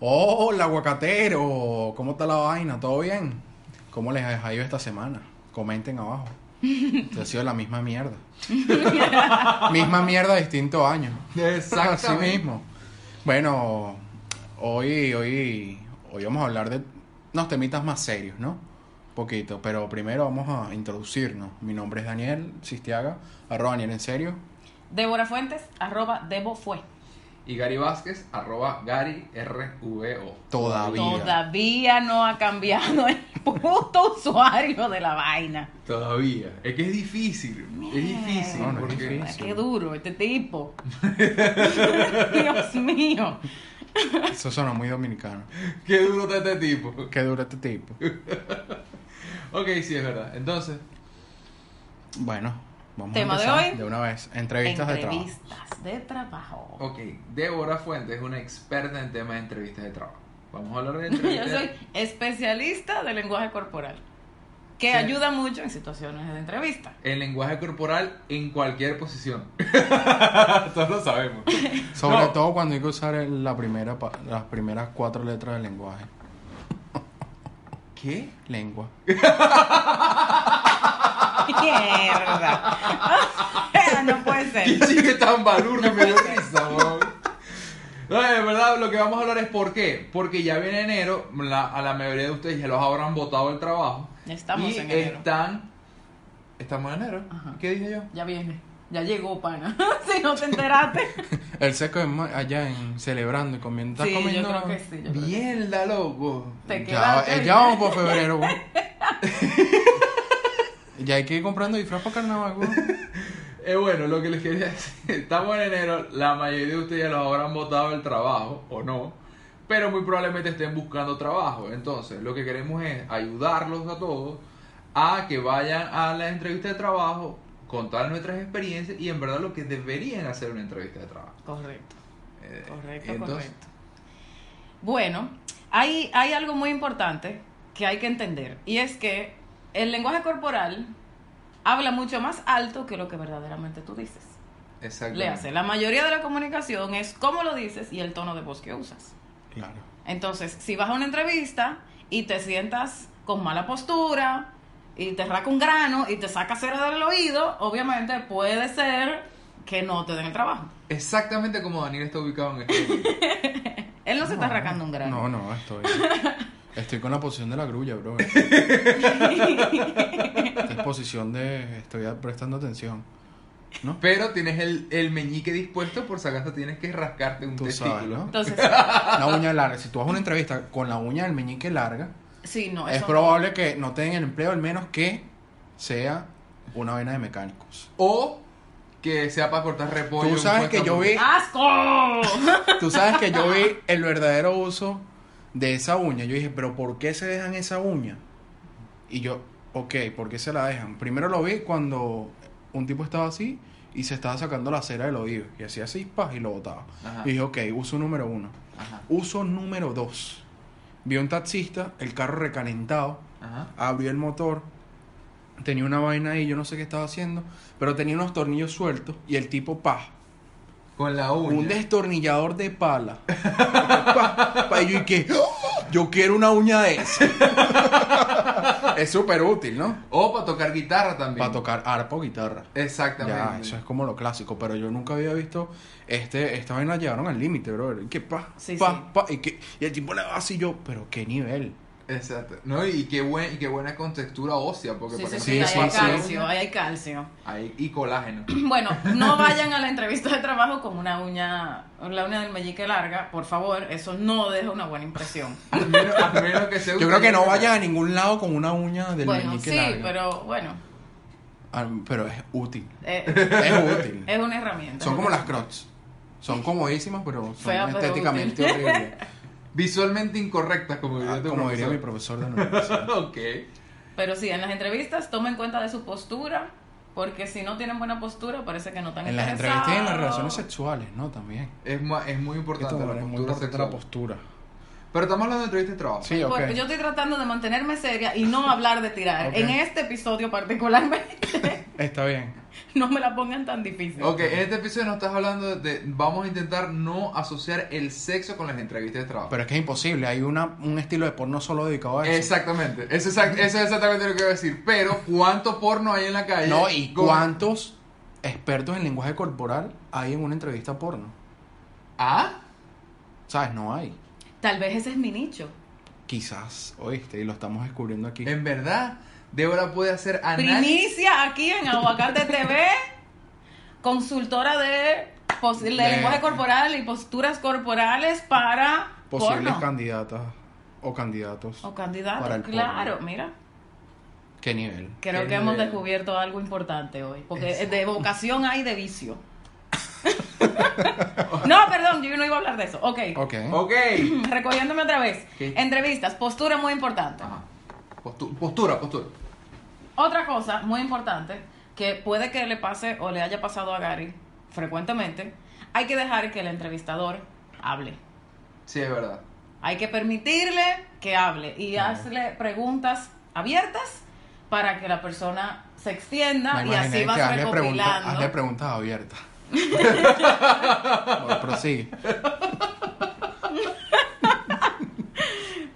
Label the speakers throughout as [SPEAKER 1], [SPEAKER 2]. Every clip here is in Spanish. [SPEAKER 1] Hola, aguacatero. ¿Cómo está la vaina? ¿Todo bien? ¿Cómo les ha ido esta semana? Comenten abajo. Te ha sido la misma mierda. misma mierda, distinto año. Así
[SPEAKER 2] Exactamente.
[SPEAKER 1] mismo. Bueno, hoy, hoy, hoy vamos a hablar de unos temitas más serios, ¿no? Poquito, pero primero vamos a introducirnos. Mi nombre es Daniel Sistiaga, arroba Daniel en serio.
[SPEAKER 3] Débora Fuentes, arroba Debo fue.
[SPEAKER 2] Y Gary Vázquez, arroba Gary RVO.
[SPEAKER 1] Todavía.
[SPEAKER 3] Todavía no ha cambiado el puto usuario de la vaina.
[SPEAKER 2] Todavía. Es que es difícil. Es difícil.
[SPEAKER 1] No, no es
[SPEAKER 2] porque
[SPEAKER 1] difícil.
[SPEAKER 3] Qué duro este tipo. Dios mío.
[SPEAKER 1] Eso suena muy dominicano.
[SPEAKER 2] Qué duro está este tipo.
[SPEAKER 1] Qué duro este tipo.
[SPEAKER 2] Ok, sí, es verdad. Entonces,
[SPEAKER 1] Bueno, vamos
[SPEAKER 3] Tema
[SPEAKER 1] a
[SPEAKER 3] de
[SPEAKER 1] empezar
[SPEAKER 3] hoy.
[SPEAKER 1] una vez. Entrevistas, de
[SPEAKER 3] Entrevistas de trabajo.
[SPEAKER 2] ok, Débora Fuentes es una experta en temas de entrevistas de trabajo. Vamos a hablar de
[SPEAKER 3] Yo
[SPEAKER 2] entrevistas.
[SPEAKER 3] soy especialista de lenguaje corporal, que
[SPEAKER 2] Sí.
[SPEAKER 3] ayuda mucho en situaciones de entrevista.
[SPEAKER 2] El lenguaje corporal en cualquier posición. Todos lo sabemos.
[SPEAKER 1] trabajo. Sobre
[SPEAKER 2] No.
[SPEAKER 1] todo cuando hay que usar el- la primera, pa- las primeras cuatro letras del lenguaje.
[SPEAKER 2] ¿Qué?
[SPEAKER 1] Lengua.
[SPEAKER 3] Mierda. no puede
[SPEAKER 2] ¡Qué
[SPEAKER 3] ser.
[SPEAKER 2] chiste tan balurdo me dio risa, weón. No, de verdad, lo que vamos a hablar es por qué. Porque ya viene enero, la- a la mayoría de ustedes ya los habrán votado el trabajo.
[SPEAKER 3] Estamos
[SPEAKER 2] y
[SPEAKER 3] en enero.
[SPEAKER 2] están... ¿Estamos en enero?
[SPEAKER 3] Ajá.
[SPEAKER 2] ¿Qué dije yo?
[SPEAKER 3] Ya viene. Ya llegó, pana. si no te enteraste.
[SPEAKER 1] El seco es ma- allá en celebrando y comiendo. ¿Estás
[SPEAKER 3] Sí, yo
[SPEAKER 1] comiendo?
[SPEAKER 3] creo que sí. yo creo que sí.
[SPEAKER 2] Mierda, loco.
[SPEAKER 3] Te
[SPEAKER 1] Ya,
[SPEAKER 3] quedaste.
[SPEAKER 1] eh, ya vamos por febrero, güey. ya hay que ir comprando disfraz para carnaval, güey.
[SPEAKER 2] Eh, bueno, lo que les quería decir, estamos en enero, la mayoría de ustedes ya los habrán votado el trabajo o no, pero muy probablemente estén buscando trabajo. Entonces, lo que queremos es ayudarlos a todos a que vayan a la entrevista de trabajo, contar nuestras experiencias y en verdad lo que deberían hacer en una entrevista de trabajo.
[SPEAKER 3] Correcto,
[SPEAKER 2] Eh,
[SPEAKER 3] correcto,
[SPEAKER 2] entonces,
[SPEAKER 3] correcto. Bueno, hay, hay algo muy importante que hay que entender y es que el lenguaje corporal habla mucho más alto que lo que verdaderamente tú dices. Le
[SPEAKER 2] Exactamente.
[SPEAKER 3] hace, la mayoría de la comunicación es cómo lo dices y el tono de voz que usas.
[SPEAKER 1] Claro.
[SPEAKER 3] Entonces, si vas a una entrevista y te sientas con mala postura y te raca un grano y te saca cera del oído, obviamente puede ser que no te den el trabajo.
[SPEAKER 2] Exactamente como Daniel está ubicado en este momento.
[SPEAKER 3] Él no, se está racando un
[SPEAKER 1] No,
[SPEAKER 3] grano.
[SPEAKER 1] no, estoy. Estoy con la posición de la grulla, bro. Esta es posición de. Estoy prestando atención. ¿No?
[SPEAKER 2] Pero tienes el, el meñique dispuesto, por si acaso tienes que rascarte un
[SPEAKER 1] Tú
[SPEAKER 2] testículo.
[SPEAKER 1] sabes, ¿no?
[SPEAKER 3] Entonces,
[SPEAKER 1] Una uña larga. Si tú vas a una entrevista con la uña del meñique larga,
[SPEAKER 3] sí, no,
[SPEAKER 1] es
[SPEAKER 3] eso
[SPEAKER 1] probable que no te den el empleo, al menos que sea una vaina de mecánicos.
[SPEAKER 2] O que sea para cortar repollo.
[SPEAKER 1] Tú
[SPEAKER 2] un
[SPEAKER 1] sabes
[SPEAKER 2] puesto
[SPEAKER 1] que yo
[SPEAKER 2] muy-
[SPEAKER 1] vi-
[SPEAKER 3] no. ¡Asco!
[SPEAKER 1] Tú sabes que yo vi el verdadero uso de esa uña. Yo dije, pero ¿por qué se dejan esa uña? Y yo, ok, ¿por qué se la dejan? Primero lo vi cuando un tipo estaba así y se estaba sacando la cera del oído. Y hacía así, paz, y lo botaba.
[SPEAKER 3] Ah.
[SPEAKER 2] Ajá.
[SPEAKER 1] Y dije, ok, uso número uno.
[SPEAKER 2] Ajá.
[SPEAKER 1] Uso número dos. Vi a un taxista, el carro recalentado,
[SPEAKER 2] Ajá.
[SPEAKER 1] abrió el motor, tenía una vaina ahí, yo no sé qué estaba haciendo, pero tenía unos tornillos sueltos y el tipo, pa,
[SPEAKER 2] Con la uña.
[SPEAKER 1] un destornillador de pala. pa, pa, y yo, ¿y qué? Yo quiero una uña de esa. es súper útil, ¿no?
[SPEAKER 2] O para tocar guitarra también.
[SPEAKER 1] Para tocar arpa o guitarra. Ya,
[SPEAKER 2] Exactamente.
[SPEAKER 1] eso es como lo clásico, pero yo nunca había visto este, esta vaina llevaron al límite, brother. Y que pa,
[SPEAKER 3] Sí,
[SPEAKER 1] pa,
[SPEAKER 3] sí.
[SPEAKER 1] pa, y, que, y el tipo le va así yo, pero qué nivel.
[SPEAKER 2] Exacto. No, y qué, buen, y qué buena contextura ósea. Porque
[SPEAKER 3] Sí,
[SPEAKER 2] para
[SPEAKER 3] sí,
[SPEAKER 2] que
[SPEAKER 1] Sí,
[SPEAKER 2] tenga
[SPEAKER 3] sí, ahí
[SPEAKER 1] sí,
[SPEAKER 3] hay
[SPEAKER 1] sí.
[SPEAKER 2] espacio,
[SPEAKER 3] calcio, ahí hay calcio.
[SPEAKER 2] ahí- y colágeno.
[SPEAKER 3] Bueno, no vayan a la entrevista de trabajo con una uña, la uña del mellique larga, por favor, eso no deja una buena impresión.
[SPEAKER 2] Al menos, al menos que sea
[SPEAKER 1] Yo creo que no vaya a ningún lado con una uña del
[SPEAKER 3] bueno,
[SPEAKER 1] meñique
[SPEAKER 3] sí,
[SPEAKER 1] larga.
[SPEAKER 3] pero bueno,
[SPEAKER 1] Ah, pero es útil.
[SPEAKER 3] eh,
[SPEAKER 1] Es útil.
[SPEAKER 3] es una herramienta.
[SPEAKER 1] Son como las crocs. Son comodísimas, pero son
[SPEAKER 3] Fea, pero
[SPEAKER 1] estéticamente horribles.
[SPEAKER 2] Visualmente incorrecta, como diría
[SPEAKER 1] Ah,
[SPEAKER 2] tu
[SPEAKER 1] como diría mi
[SPEAKER 2] profesor.
[SPEAKER 1] profesor de la universidad.
[SPEAKER 2] ok.
[SPEAKER 3] Pero sí, en las entrevistas tomen cuenta de su postura, porque si no tienen buena postura, parece que no están
[SPEAKER 1] En las
[SPEAKER 3] interesados.
[SPEAKER 1] entrevistas y en las relaciones sexuales, ¿no? También.
[SPEAKER 2] Es, mu- es muy importante
[SPEAKER 1] Esto
[SPEAKER 2] la
[SPEAKER 1] es muy
[SPEAKER 2] postura
[SPEAKER 1] importante la
[SPEAKER 2] sexual.
[SPEAKER 1] postura.
[SPEAKER 2] Pero estamos hablando de entrevista de trabajo.
[SPEAKER 1] Sí, ok.
[SPEAKER 3] Porque pues, yo estoy tratando de mantenerme seria y no hablar de tirar.
[SPEAKER 1] Ok.
[SPEAKER 3] En este episodio particularmente.
[SPEAKER 1] Está bien.
[SPEAKER 3] No me la pongan tan difícil.
[SPEAKER 2] Ok, en este episodio nos estás hablando de vamos a intentar no asociar el sexo con las entrevistas de trabajo.
[SPEAKER 1] Pero es que es imposible. Hay una, un estilo de porno solo dedicado a eso.
[SPEAKER 2] Exactamente, eso es, exact- eso es exactamente lo que iba a decir. Pero, ¿cuánto porno hay en la calle?
[SPEAKER 1] No, ¿y
[SPEAKER 2] con-
[SPEAKER 1] cuántos expertos en lenguaje corporal hay en una entrevista porno?
[SPEAKER 2] ¿Ah?
[SPEAKER 1] ¿Sabes? No hay.
[SPEAKER 3] Tal vez ese es mi nicho.
[SPEAKER 1] Quizás, oíste, y lo estamos descubriendo aquí.
[SPEAKER 2] En verdad, Débora puede hacer análisis.
[SPEAKER 3] Primicia aquí en Aguacate TV, consultora de, pos- de
[SPEAKER 1] De-
[SPEAKER 3] lenguaje corporal y posturas corporales para
[SPEAKER 1] Posibles
[SPEAKER 3] porno.
[SPEAKER 1] candidatas o candidatos.
[SPEAKER 3] o candidatos,
[SPEAKER 1] para el
[SPEAKER 3] claro,
[SPEAKER 1] porno.
[SPEAKER 3] mira.
[SPEAKER 1] ¿Qué nivel?
[SPEAKER 3] Creo
[SPEAKER 2] Qué
[SPEAKER 3] que hemos
[SPEAKER 2] nivel.
[SPEAKER 3] descubierto algo importante hoy, porque
[SPEAKER 2] Eso.
[SPEAKER 3] de vocación hay de vicio. no, perdón, yo no iba a hablar de eso. ok.
[SPEAKER 1] Ok.
[SPEAKER 2] ¿Eh? Ok.
[SPEAKER 3] Recogiéndome otra vez.
[SPEAKER 2] ¿Qué?
[SPEAKER 3] Entrevistas, postura muy importante.
[SPEAKER 2] Ajá. Postu- postura, postura.
[SPEAKER 3] Otra cosa muy importante que puede que le pase o le haya pasado a Gary frecuentemente, hay que dejar que el entrevistador hable.
[SPEAKER 2] Sí, es verdad.
[SPEAKER 3] Hay que permitirle que hable y
[SPEAKER 1] Claro.
[SPEAKER 3] hazle preguntas abiertas para que la persona se extienda
[SPEAKER 1] Me
[SPEAKER 3] y así
[SPEAKER 1] imaginé
[SPEAKER 3] vas
[SPEAKER 1] que hazle, pregunta-
[SPEAKER 3] recopilando.
[SPEAKER 1] hazle preguntas abiertas. Bueno, prosigue.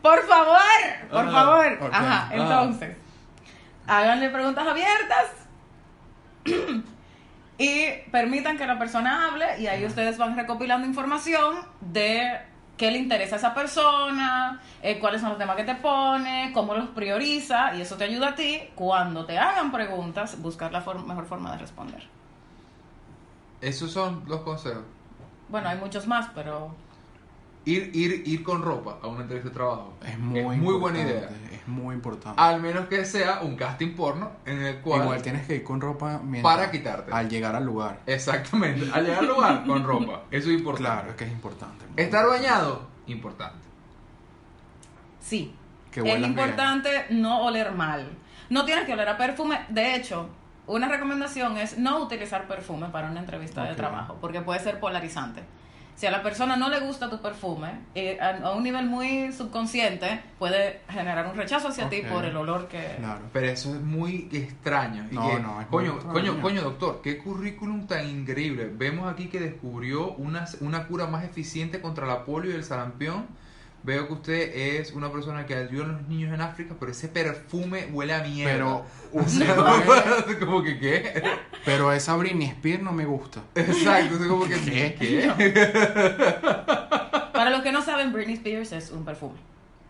[SPEAKER 3] Por favor, por
[SPEAKER 2] Ah,
[SPEAKER 3] favor.
[SPEAKER 1] ok. Ah.
[SPEAKER 3] Ajá, entonces, háganle preguntas abiertas y permitan que la persona hable y ahí ustedes van recopilando información de qué le interesa a esa persona, eh, cuáles son los temas que te pone, cómo los prioriza y eso te ayuda a ti cuando te hagan preguntas buscar la for- mejor forma de responder.
[SPEAKER 2] Esos son los consejos.
[SPEAKER 3] Bueno, hay muchos más, pero
[SPEAKER 2] Ir, ir, ir con ropa a una entrevista de trabajo.
[SPEAKER 1] Es muy,
[SPEAKER 2] buena idea.
[SPEAKER 1] importante, Es muy importante.
[SPEAKER 2] Al menos que sea un casting porno en el cual.
[SPEAKER 1] Igual tienes que ir con ropa mientras,
[SPEAKER 2] Para quitarte.
[SPEAKER 1] Al llegar al lugar.
[SPEAKER 2] Exactamente. Al llegar al lugar con ropa. Eso es importante.
[SPEAKER 1] Claro, es que es importante. muy
[SPEAKER 2] Estar
[SPEAKER 1] importante.
[SPEAKER 2] bañado. Importante.
[SPEAKER 3] Sí.
[SPEAKER 1] Que
[SPEAKER 3] es
[SPEAKER 1] huelas
[SPEAKER 3] importante no oler mal. No tienes que oler a perfume. De hecho, una recomendación es no utilizar perfume para una entrevista de
[SPEAKER 1] Ok.
[SPEAKER 3] trabajo, porque puede ser polarizante. Si a la persona no le gusta tu perfume, eh, a, a un nivel muy subconsciente, puede generar un rechazo hacia ti
[SPEAKER 1] Ok.
[SPEAKER 3] por el olor que...
[SPEAKER 1] Claro.
[SPEAKER 2] Pero eso es muy extraño. Y
[SPEAKER 1] No,
[SPEAKER 2] que-
[SPEAKER 1] no, es muy
[SPEAKER 2] coño,
[SPEAKER 1] extraño.
[SPEAKER 2] coño, coño, doctor, qué currículum tan increíble. Vemos aquí que descubrió una, una cura más eficiente contra la polio y el sarampión. Veo que usted es una persona que ayuda a los niños en África, pero ese perfume huele a mierda.
[SPEAKER 1] Pero, uh, eh. usted huele-
[SPEAKER 2] como que qué?
[SPEAKER 1] pero esa Britney Spears no me gusta.
[SPEAKER 2] Exacto, o sea, como que
[SPEAKER 1] ¿Qué?
[SPEAKER 3] Para los que no saben, Britney Spears es un perfume.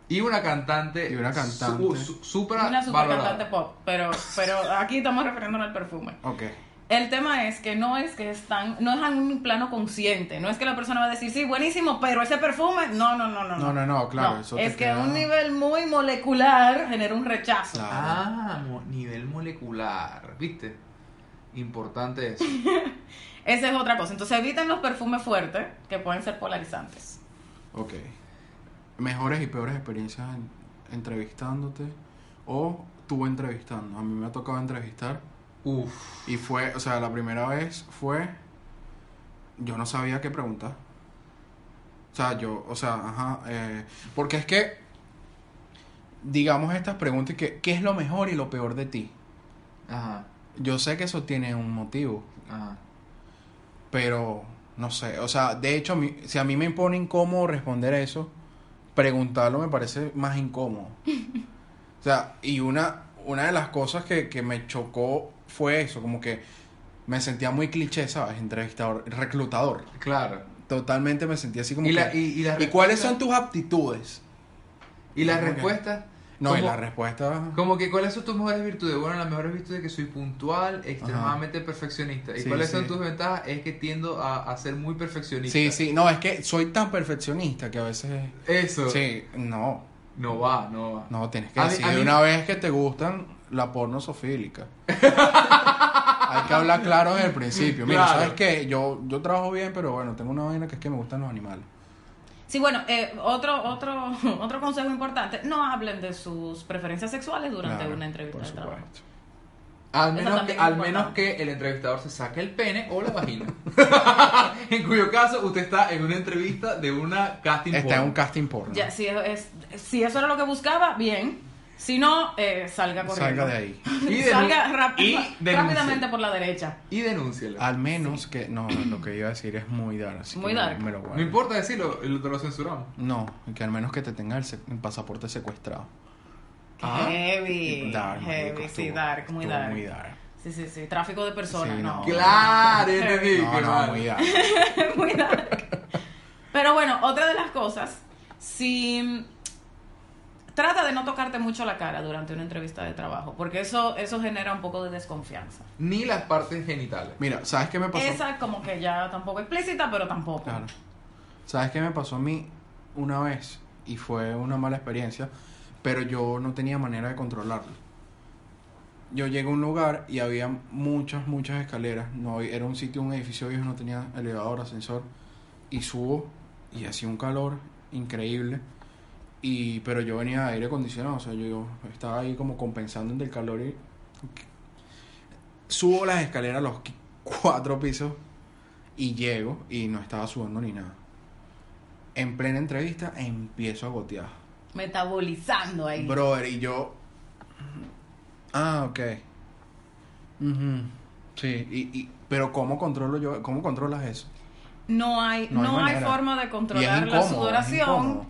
[SPEAKER 2] Y una cantante.
[SPEAKER 1] Y una cantante.
[SPEAKER 2] su- su- supra
[SPEAKER 1] Ah,
[SPEAKER 3] Una super
[SPEAKER 2] valorada.
[SPEAKER 3] cantante pop, pero, pero aquí estamos refiriéndonos al perfume.
[SPEAKER 1] Ok.
[SPEAKER 3] El tema es que no es que están, no es en un plano consciente, no es que la persona va a decir, sí, buenísimo, pero ese perfume, no, no, no, no.
[SPEAKER 1] No, no, no, claro. eso te
[SPEAKER 3] es que
[SPEAKER 1] queda-
[SPEAKER 3] un nivel muy molecular genera un rechazo.
[SPEAKER 1] Claro.
[SPEAKER 2] Ah, mo- nivel molecular, ¿viste? Importante eso.
[SPEAKER 3] Esa es otra cosa. Entonces eviten los perfumes fuertes que pueden ser polarizantes.
[SPEAKER 1] Ok. Mejores y peores experiencias en- entrevistándote o tú entrevistando. A mí me ha tocado entrevistar
[SPEAKER 2] Uf.
[SPEAKER 1] y fue, o sea, la primera vez fue, yo no sabía qué preguntar. O sea, yo, o sea, ajá, eh, porque es que, digamos estas preguntas que, ¿qué es lo mejor y lo peor de ti?
[SPEAKER 2] Ajá,
[SPEAKER 1] Yo sé que eso tiene un motivo,
[SPEAKER 2] ajá.
[SPEAKER 1] pero no sé, o sea, de hecho, a mí- si a mí me imponen cómo responder eso, preguntarlo me parece más incómodo. O sea, y una, una de las cosas que, que me chocó fue eso, como que me sentía muy cliché, ¿sabes? Entrevistador, reclutador.
[SPEAKER 2] Claro.
[SPEAKER 1] Totalmente me sentía así como
[SPEAKER 2] ¿Y, la-
[SPEAKER 1] que,
[SPEAKER 2] y, y las
[SPEAKER 1] ¿y cuáles son
[SPEAKER 2] respuestas?
[SPEAKER 1] tus aptitudes?
[SPEAKER 2] ¿Y las
[SPEAKER 1] ¿Cómo que?
[SPEAKER 2] respuestas?
[SPEAKER 1] No, y
[SPEAKER 2] Como-
[SPEAKER 1] la respuesta...
[SPEAKER 2] Como que, ¿cuáles son tus mejores virtudes? Bueno, las mejores virtudes es que soy puntual, extremadamente perfeccionista. ¿Y
[SPEAKER 1] Sí,
[SPEAKER 2] cuáles
[SPEAKER 1] sí.
[SPEAKER 2] son tus ventajas? Es que tiendo a, a ser muy perfeccionista.
[SPEAKER 1] Sí, sí, no, es que soy tan perfeccionista que a veces...
[SPEAKER 2] Eso.
[SPEAKER 1] Sí, no,
[SPEAKER 2] No va, no va.
[SPEAKER 1] No, tienes que
[SPEAKER 2] A mí-
[SPEAKER 1] decir
[SPEAKER 2] a mí-
[SPEAKER 1] de una vez que te gustan la porno sofílica. Hay que hablar claro desde el principio. Mira,
[SPEAKER 2] Claro.
[SPEAKER 1] ¿sabes qué? Yo, yo trabajo bien, pero bueno, tengo una vaina que es que me gustan los animales.
[SPEAKER 3] Sí, bueno, eh, otro, otro, otro consejo importante, no hablen de sus preferencias sexuales durante
[SPEAKER 1] Claro,
[SPEAKER 3] una entrevista
[SPEAKER 1] por
[SPEAKER 3] de trabajo.
[SPEAKER 1] supuesto.
[SPEAKER 2] Al, menos
[SPEAKER 3] Eso
[SPEAKER 2] que,
[SPEAKER 3] también es
[SPEAKER 2] al
[SPEAKER 3] importante.
[SPEAKER 2] menos que el entrevistador se saque el pene o la vagina. en cuyo caso, usted está en una entrevista de una casting
[SPEAKER 1] Está en
[SPEAKER 2] porno.
[SPEAKER 1] un casting porno.
[SPEAKER 3] Ya, si, es- si eso era lo que buscaba, bien. Si no, eh, salga corriendo.
[SPEAKER 1] Salga de ahí.
[SPEAKER 2] Y denun-
[SPEAKER 3] Salga rap-
[SPEAKER 2] y denuncie.
[SPEAKER 3] rápidamente por la derecha.
[SPEAKER 2] Y denúncialo.
[SPEAKER 1] Al menos que. No, lo que iba a decir es muy dark. así
[SPEAKER 3] Muy
[SPEAKER 1] que
[SPEAKER 3] dark.
[SPEAKER 1] Me lo guardo.
[SPEAKER 2] No importa decirlo, lo- te lo censuramos.
[SPEAKER 1] No, que al menos que te tenga el, se- el pasaporte secuestrado.
[SPEAKER 2] Ah,
[SPEAKER 3] heavy.
[SPEAKER 1] Dark,
[SPEAKER 3] heavy,
[SPEAKER 1] marico,
[SPEAKER 3] sí,
[SPEAKER 1] estuvo-
[SPEAKER 3] dark, muy
[SPEAKER 1] estuvo
[SPEAKER 3] dark.
[SPEAKER 1] Muy dark.
[SPEAKER 3] Sí, sí, sí. Tráfico de personas,
[SPEAKER 1] Sí,
[SPEAKER 3] no.
[SPEAKER 1] no.
[SPEAKER 2] Claro, entendí.
[SPEAKER 1] No,
[SPEAKER 2] qué
[SPEAKER 1] no,
[SPEAKER 2] mal.
[SPEAKER 1] muy dark.
[SPEAKER 3] Muy dark. Pero bueno, otra de las cosas, si mm, trata de no tocarte mucho la cara durante una entrevista de trabajo, porque eso, eso genera un poco de desconfianza.
[SPEAKER 2] Ni las partes genitales.
[SPEAKER 1] Mira, ¿sabes qué me pasó?
[SPEAKER 3] Esa como que ya tampoco explícita, pero tampoco.
[SPEAKER 1] Claro. ¿Sabes qué me pasó a mí una vez? Y fue una mala experiencia, pero yo no tenía manera de controlarlo. Yo llegué a un lugar y había muchas, muchas escaleras. No, había- era un sitio, un edificio viejo, no tenía elevador, ascensor. Y subo y hacía un calor increíble. Y, pero yo venía de aire acondicionado, o sea, yo estaba ahí como compensando entre el calor y... Subo las escaleras, los qui- cuatro pisos, y llego y no estaba sudando ni nada. En plena entrevista empiezo a gotear.
[SPEAKER 3] Metabolizando ahí.
[SPEAKER 1] Brother, y yo. Ah, ok. Ujú, Sí, y, y- pero ¿cómo controlo yo? ¿Cómo controlas eso?
[SPEAKER 3] No hay, no, hay,
[SPEAKER 1] manera.
[SPEAKER 3] forma de
[SPEAKER 1] Y
[SPEAKER 3] controlar
[SPEAKER 1] es
[SPEAKER 3] la
[SPEAKER 1] incómodo, es
[SPEAKER 3] sudoración.
[SPEAKER 1] incómodo.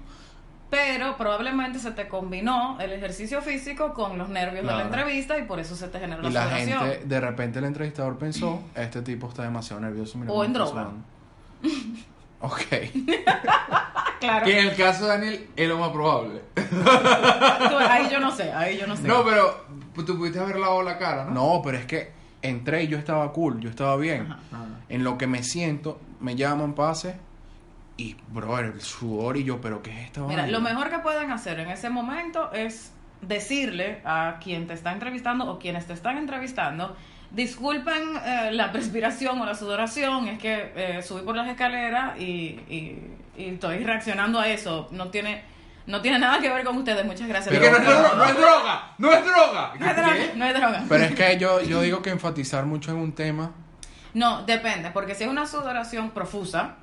[SPEAKER 3] Pero probablemente se te combinó el ejercicio físico con los nervios de la
[SPEAKER 1] Claro.
[SPEAKER 3] entrevista y por eso se te generó la,
[SPEAKER 1] Y la
[SPEAKER 3] sudoración.
[SPEAKER 1] gente, de repente el entrevistador pensó, este tipo está demasiado nervioso. mira
[SPEAKER 3] O
[SPEAKER 1] cómo
[SPEAKER 3] en
[SPEAKER 1] está
[SPEAKER 3] droga.
[SPEAKER 1] sudando". Ok.
[SPEAKER 3] Ah, claro.
[SPEAKER 2] Que en el caso de Daniel es lo más probable.
[SPEAKER 3] Tú- ahí yo no sé, ahí yo no sé.
[SPEAKER 2] No, pero pues, tú pudiste haber lavado la cara, ¿no?
[SPEAKER 1] No, pero es que entré y yo estaba cool, yo estaba bien.
[SPEAKER 3] Ajá.
[SPEAKER 2] Ah.
[SPEAKER 1] En lo que me siento, me llaman, pase. Y, brother, el sudor y yo, ¿pero qué es esta
[SPEAKER 3] Mira,
[SPEAKER 1] vaina?
[SPEAKER 3] lo mejor que pueden hacer en ese momento es decirle a quien te está entrevistando o quienes te están entrevistando, disculpen eh, la perspiración o la sudoración, es que eh, subí por las escaleras y, y- y estoy reaccionando a eso, no tiene, no tiene nada que ver con ustedes, muchas gracias.
[SPEAKER 2] Es que no es,
[SPEAKER 3] Pero-
[SPEAKER 2] droga, no es droga, no es droga.
[SPEAKER 3] No es droga, no es droga.
[SPEAKER 1] Pero es que yo, yo digo que enfatizar mucho en un tema.
[SPEAKER 3] No, depende, porque si es una sudoración profusa,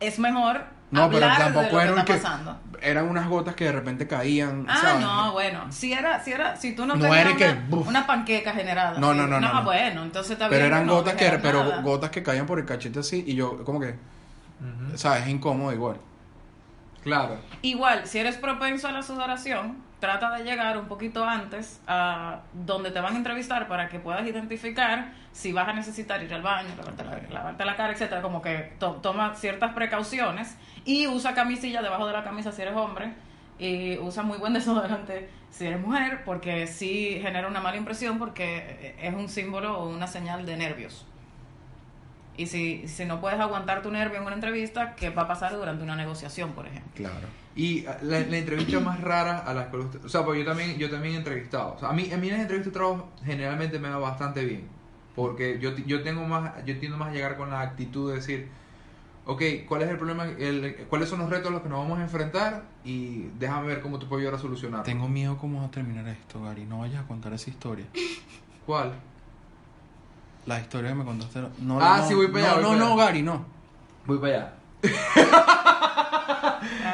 [SPEAKER 3] es mejor
[SPEAKER 1] No, pero
[SPEAKER 3] hablar de
[SPEAKER 1] tampoco
[SPEAKER 3] lo que
[SPEAKER 1] era un
[SPEAKER 3] está
[SPEAKER 1] que-
[SPEAKER 3] pasando.
[SPEAKER 1] Eran unas gotas que de repente caían.
[SPEAKER 3] Ah,
[SPEAKER 1] ¿sabes?
[SPEAKER 3] no, bueno. Si era, si era, si tú no,
[SPEAKER 1] No
[SPEAKER 3] tenías
[SPEAKER 1] era que,
[SPEAKER 3] una,
[SPEAKER 1] buf.
[SPEAKER 3] una panqueca generada.
[SPEAKER 1] No,
[SPEAKER 3] sí.
[SPEAKER 1] no, no, no,
[SPEAKER 3] ah,
[SPEAKER 1] no.
[SPEAKER 3] bueno, entonces está
[SPEAKER 1] Pero
[SPEAKER 3] bien
[SPEAKER 1] eran
[SPEAKER 3] no
[SPEAKER 1] gotas que,
[SPEAKER 3] generas
[SPEAKER 1] pero
[SPEAKER 3] nada.
[SPEAKER 1] gotas que caían por el cachete así. Y yo, como que,
[SPEAKER 2] Ujú.
[SPEAKER 1] ¿sabes? Es incómodo igual.
[SPEAKER 2] Claro.
[SPEAKER 3] Igual, si eres propenso a la sudoración, trata de llegar un poquito antes a donde te van a entrevistar para que puedas identificar si vas a necesitar ir al baño, lavarte la, lavarte la cara, etcétera. Como que to- toma ciertas precauciones y usa camisilla debajo de la camisa si eres hombre y usa muy buen desodorante si eres mujer porque sí genera una mala impresión porque es un símbolo o una señal de nervios. Y si, si no puedes aguantar tu nervio en una entrevista, ¿qué va a pasar durante una negociación, por ejemplo?
[SPEAKER 1] Claro.
[SPEAKER 2] Y ah, la, la entrevista más rara a las que usted- O sea, pues yo también, yo también he entrevistado. O sea, a mí, a mí las entrevistas de trabajo generalmente me va bastante bien. Porque yo, ti- yo tengo más, yo tiendo más a llegar con la actitud de decir, ok, ¿cuál es el problema? el- ¿Cuáles son los retos a los que nos vamos a enfrentar? Y déjame ver cómo te puedo ayudar a solucionar.
[SPEAKER 1] Tengo miedo cómo va a terminar esto, Gary. No vayas a contar esa historia.
[SPEAKER 2] ¿Cuál?
[SPEAKER 1] La historia que me contaste. No,
[SPEAKER 2] Ah,
[SPEAKER 1] no,
[SPEAKER 2] sí, voy para allá,
[SPEAKER 1] No,
[SPEAKER 2] voy
[SPEAKER 1] no,
[SPEAKER 2] para
[SPEAKER 1] no,
[SPEAKER 2] allá.
[SPEAKER 1] Gary, no.
[SPEAKER 2] Voy para allá.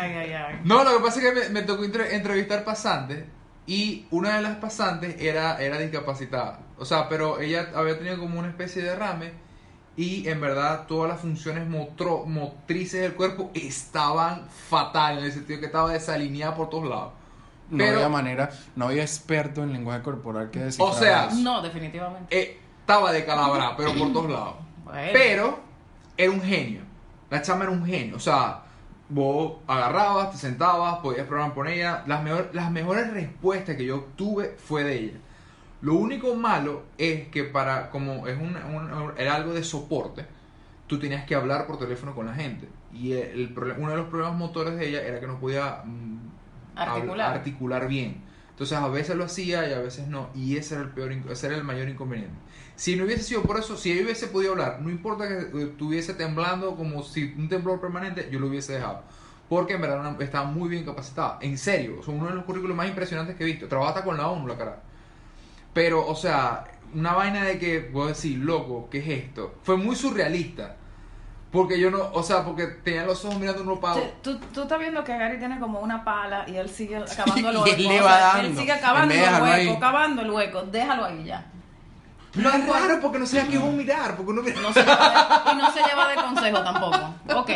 [SPEAKER 3] Ay, ay, ay.
[SPEAKER 2] No, lo que pasa es que me, me tocó entre- entrevistar pasantes y una de las pasantes era, era discapacitada. O sea, pero ella había tenido como una especie de derrame y en verdad todas las funciones motro- motrices del cuerpo estaban fatal, en el sentido que estaba desalineada por todos lados.
[SPEAKER 1] No
[SPEAKER 2] Pero-
[SPEAKER 1] había manera, no había experto en lenguaje corporal que decir.
[SPEAKER 2] sea,
[SPEAKER 3] No, definitivamente.
[SPEAKER 2] Eh, estaba descalabrada, pero por todos lados.
[SPEAKER 3] Bueno.
[SPEAKER 2] Pero era un genio. La chama era un genio. O sea, vos agarrabas, te sentabas, podías programar por ella. Las, mejor- las mejores respuestas que yo obtuve fue de ella. Lo único malo es que para, como es un, un- era algo de soporte, tú tenías que hablar por teléfono con la gente. Y el, problema uno de los problemas motores de ella era que no podía mm,
[SPEAKER 3] Articular.
[SPEAKER 2] habl- articular bien. Entonces a veces lo hacía y a veces no. Y ese era el peor, inc- ese era el mayor inconveniente. Si no hubiese sido por eso, si ella hubiese podido hablar, no importa que estuviese temblando como si un temblor permanente, yo lo hubiese dejado. Porque en verdad una- estaba muy bien capacitada. En serio, son uno de los currículos más impresionantes que he visto. Trabaja hasta con la ONU, la cara. Pero, o sea, una vaina de que, puedo decir, loco, ¿qué es esto? Fue muy surrealista. Porque yo no, o sea, porque tenían los ojos mirando uno para
[SPEAKER 3] Tú, tú, tú estás viendo que Gary tiene como una pala y él sigue acabando el
[SPEAKER 1] Y
[SPEAKER 3] hueco.
[SPEAKER 1] él le
[SPEAKER 3] o
[SPEAKER 1] va
[SPEAKER 3] sea, Él
[SPEAKER 1] dando.
[SPEAKER 3] sigue acabando
[SPEAKER 1] En vez de
[SPEAKER 3] el
[SPEAKER 1] dejarlo ahí.
[SPEAKER 3] hueco, acabando el hueco. Déjalo ahí ya.
[SPEAKER 2] Pero es raro porque no sé a qué vos mirar, porque uno mira.
[SPEAKER 3] No se lleva de- y no se lleva de consejo tampoco. Ok.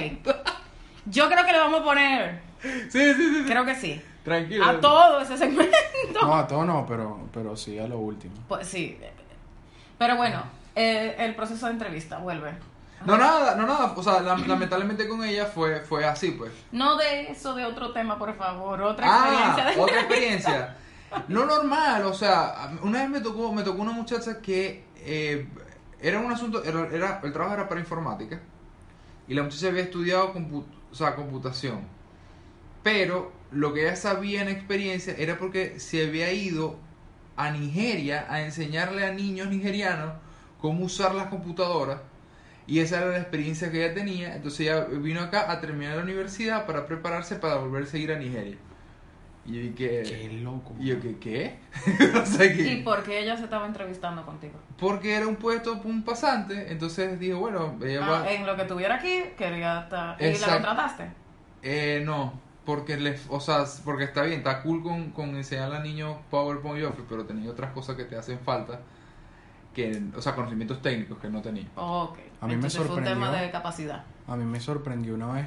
[SPEAKER 3] Yo creo que le vamos a poner,
[SPEAKER 2] Sí, sí, sí. sí.
[SPEAKER 3] creo que sí,
[SPEAKER 2] Tranquilo.
[SPEAKER 3] a todo ese segmento.
[SPEAKER 1] No, a todo no, pero, pero sí a lo último.
[SPEAKER 3] Pues sí. Pero bueno, eh, el proceso de entrevista vuelve.
[SPEAKER 2] No, nada, no, nada. O sea, la- lamentablemente con ella fue, fue así, pues.
[SPEAKER 3] No de eso, de otro tema, por favor. Otra
[SPEAKER 2] Ah,
[SPEAKER 3] experiencia de...
[SPEAKER 2] otra experiencia. No normal, o sea, una vez me tocó, me tocó una muchacha que eh, era un asunto, era, era- el trabajo era para informática y la muchacha había estudiado compu- o sea, computación, pero lo que ella sabía en experiencia era porque se había ido a Nigeria a enseñarle a niños nigerianos cómo usar las computadoras y esa era la experiencia que ella tenía, entonces ella vino acá a terminar la universidad para prepararse para volverse a ir a Nigeria. Y yo dije,
[SPEAKER 1] loco.
[SPEAKER 2] y yo que, ¿qué? o sea que...
[SPEAKER 3] ¿Y por qué ella se estaba entrevistando contigo?
[SPEAKER 2] Porque era un puesto, un pasante, entonces dije, bueno, ella
[SPEAKER 3] Ah,
[SPEAKER 2] va...
[SPEAKER 3] en lo que tuviera aquí, quería estar... ¿Y la
[SPEAKER 2] Exacto.
[SPEAKER 3] contrataste?
[SPEAKER 2] Eh, no, porque les, o sea, porque está bien, está cool con, con enseñarle a niños PowerPoint y Office, pero tenía otras cosas que te hacen falta, que, o sea, conocimientos técnicos que no tenía.
[SPEAKER 3] Oh, Ok.
[SPEAKER 1] A mí me
[SPEAKER 3] Entonces fue un tema
[SPEAKER 1] sorprendió.
[SPEAKER 3] de capacidad.
[SPEAKER 1] A mí me sorprendió una vez.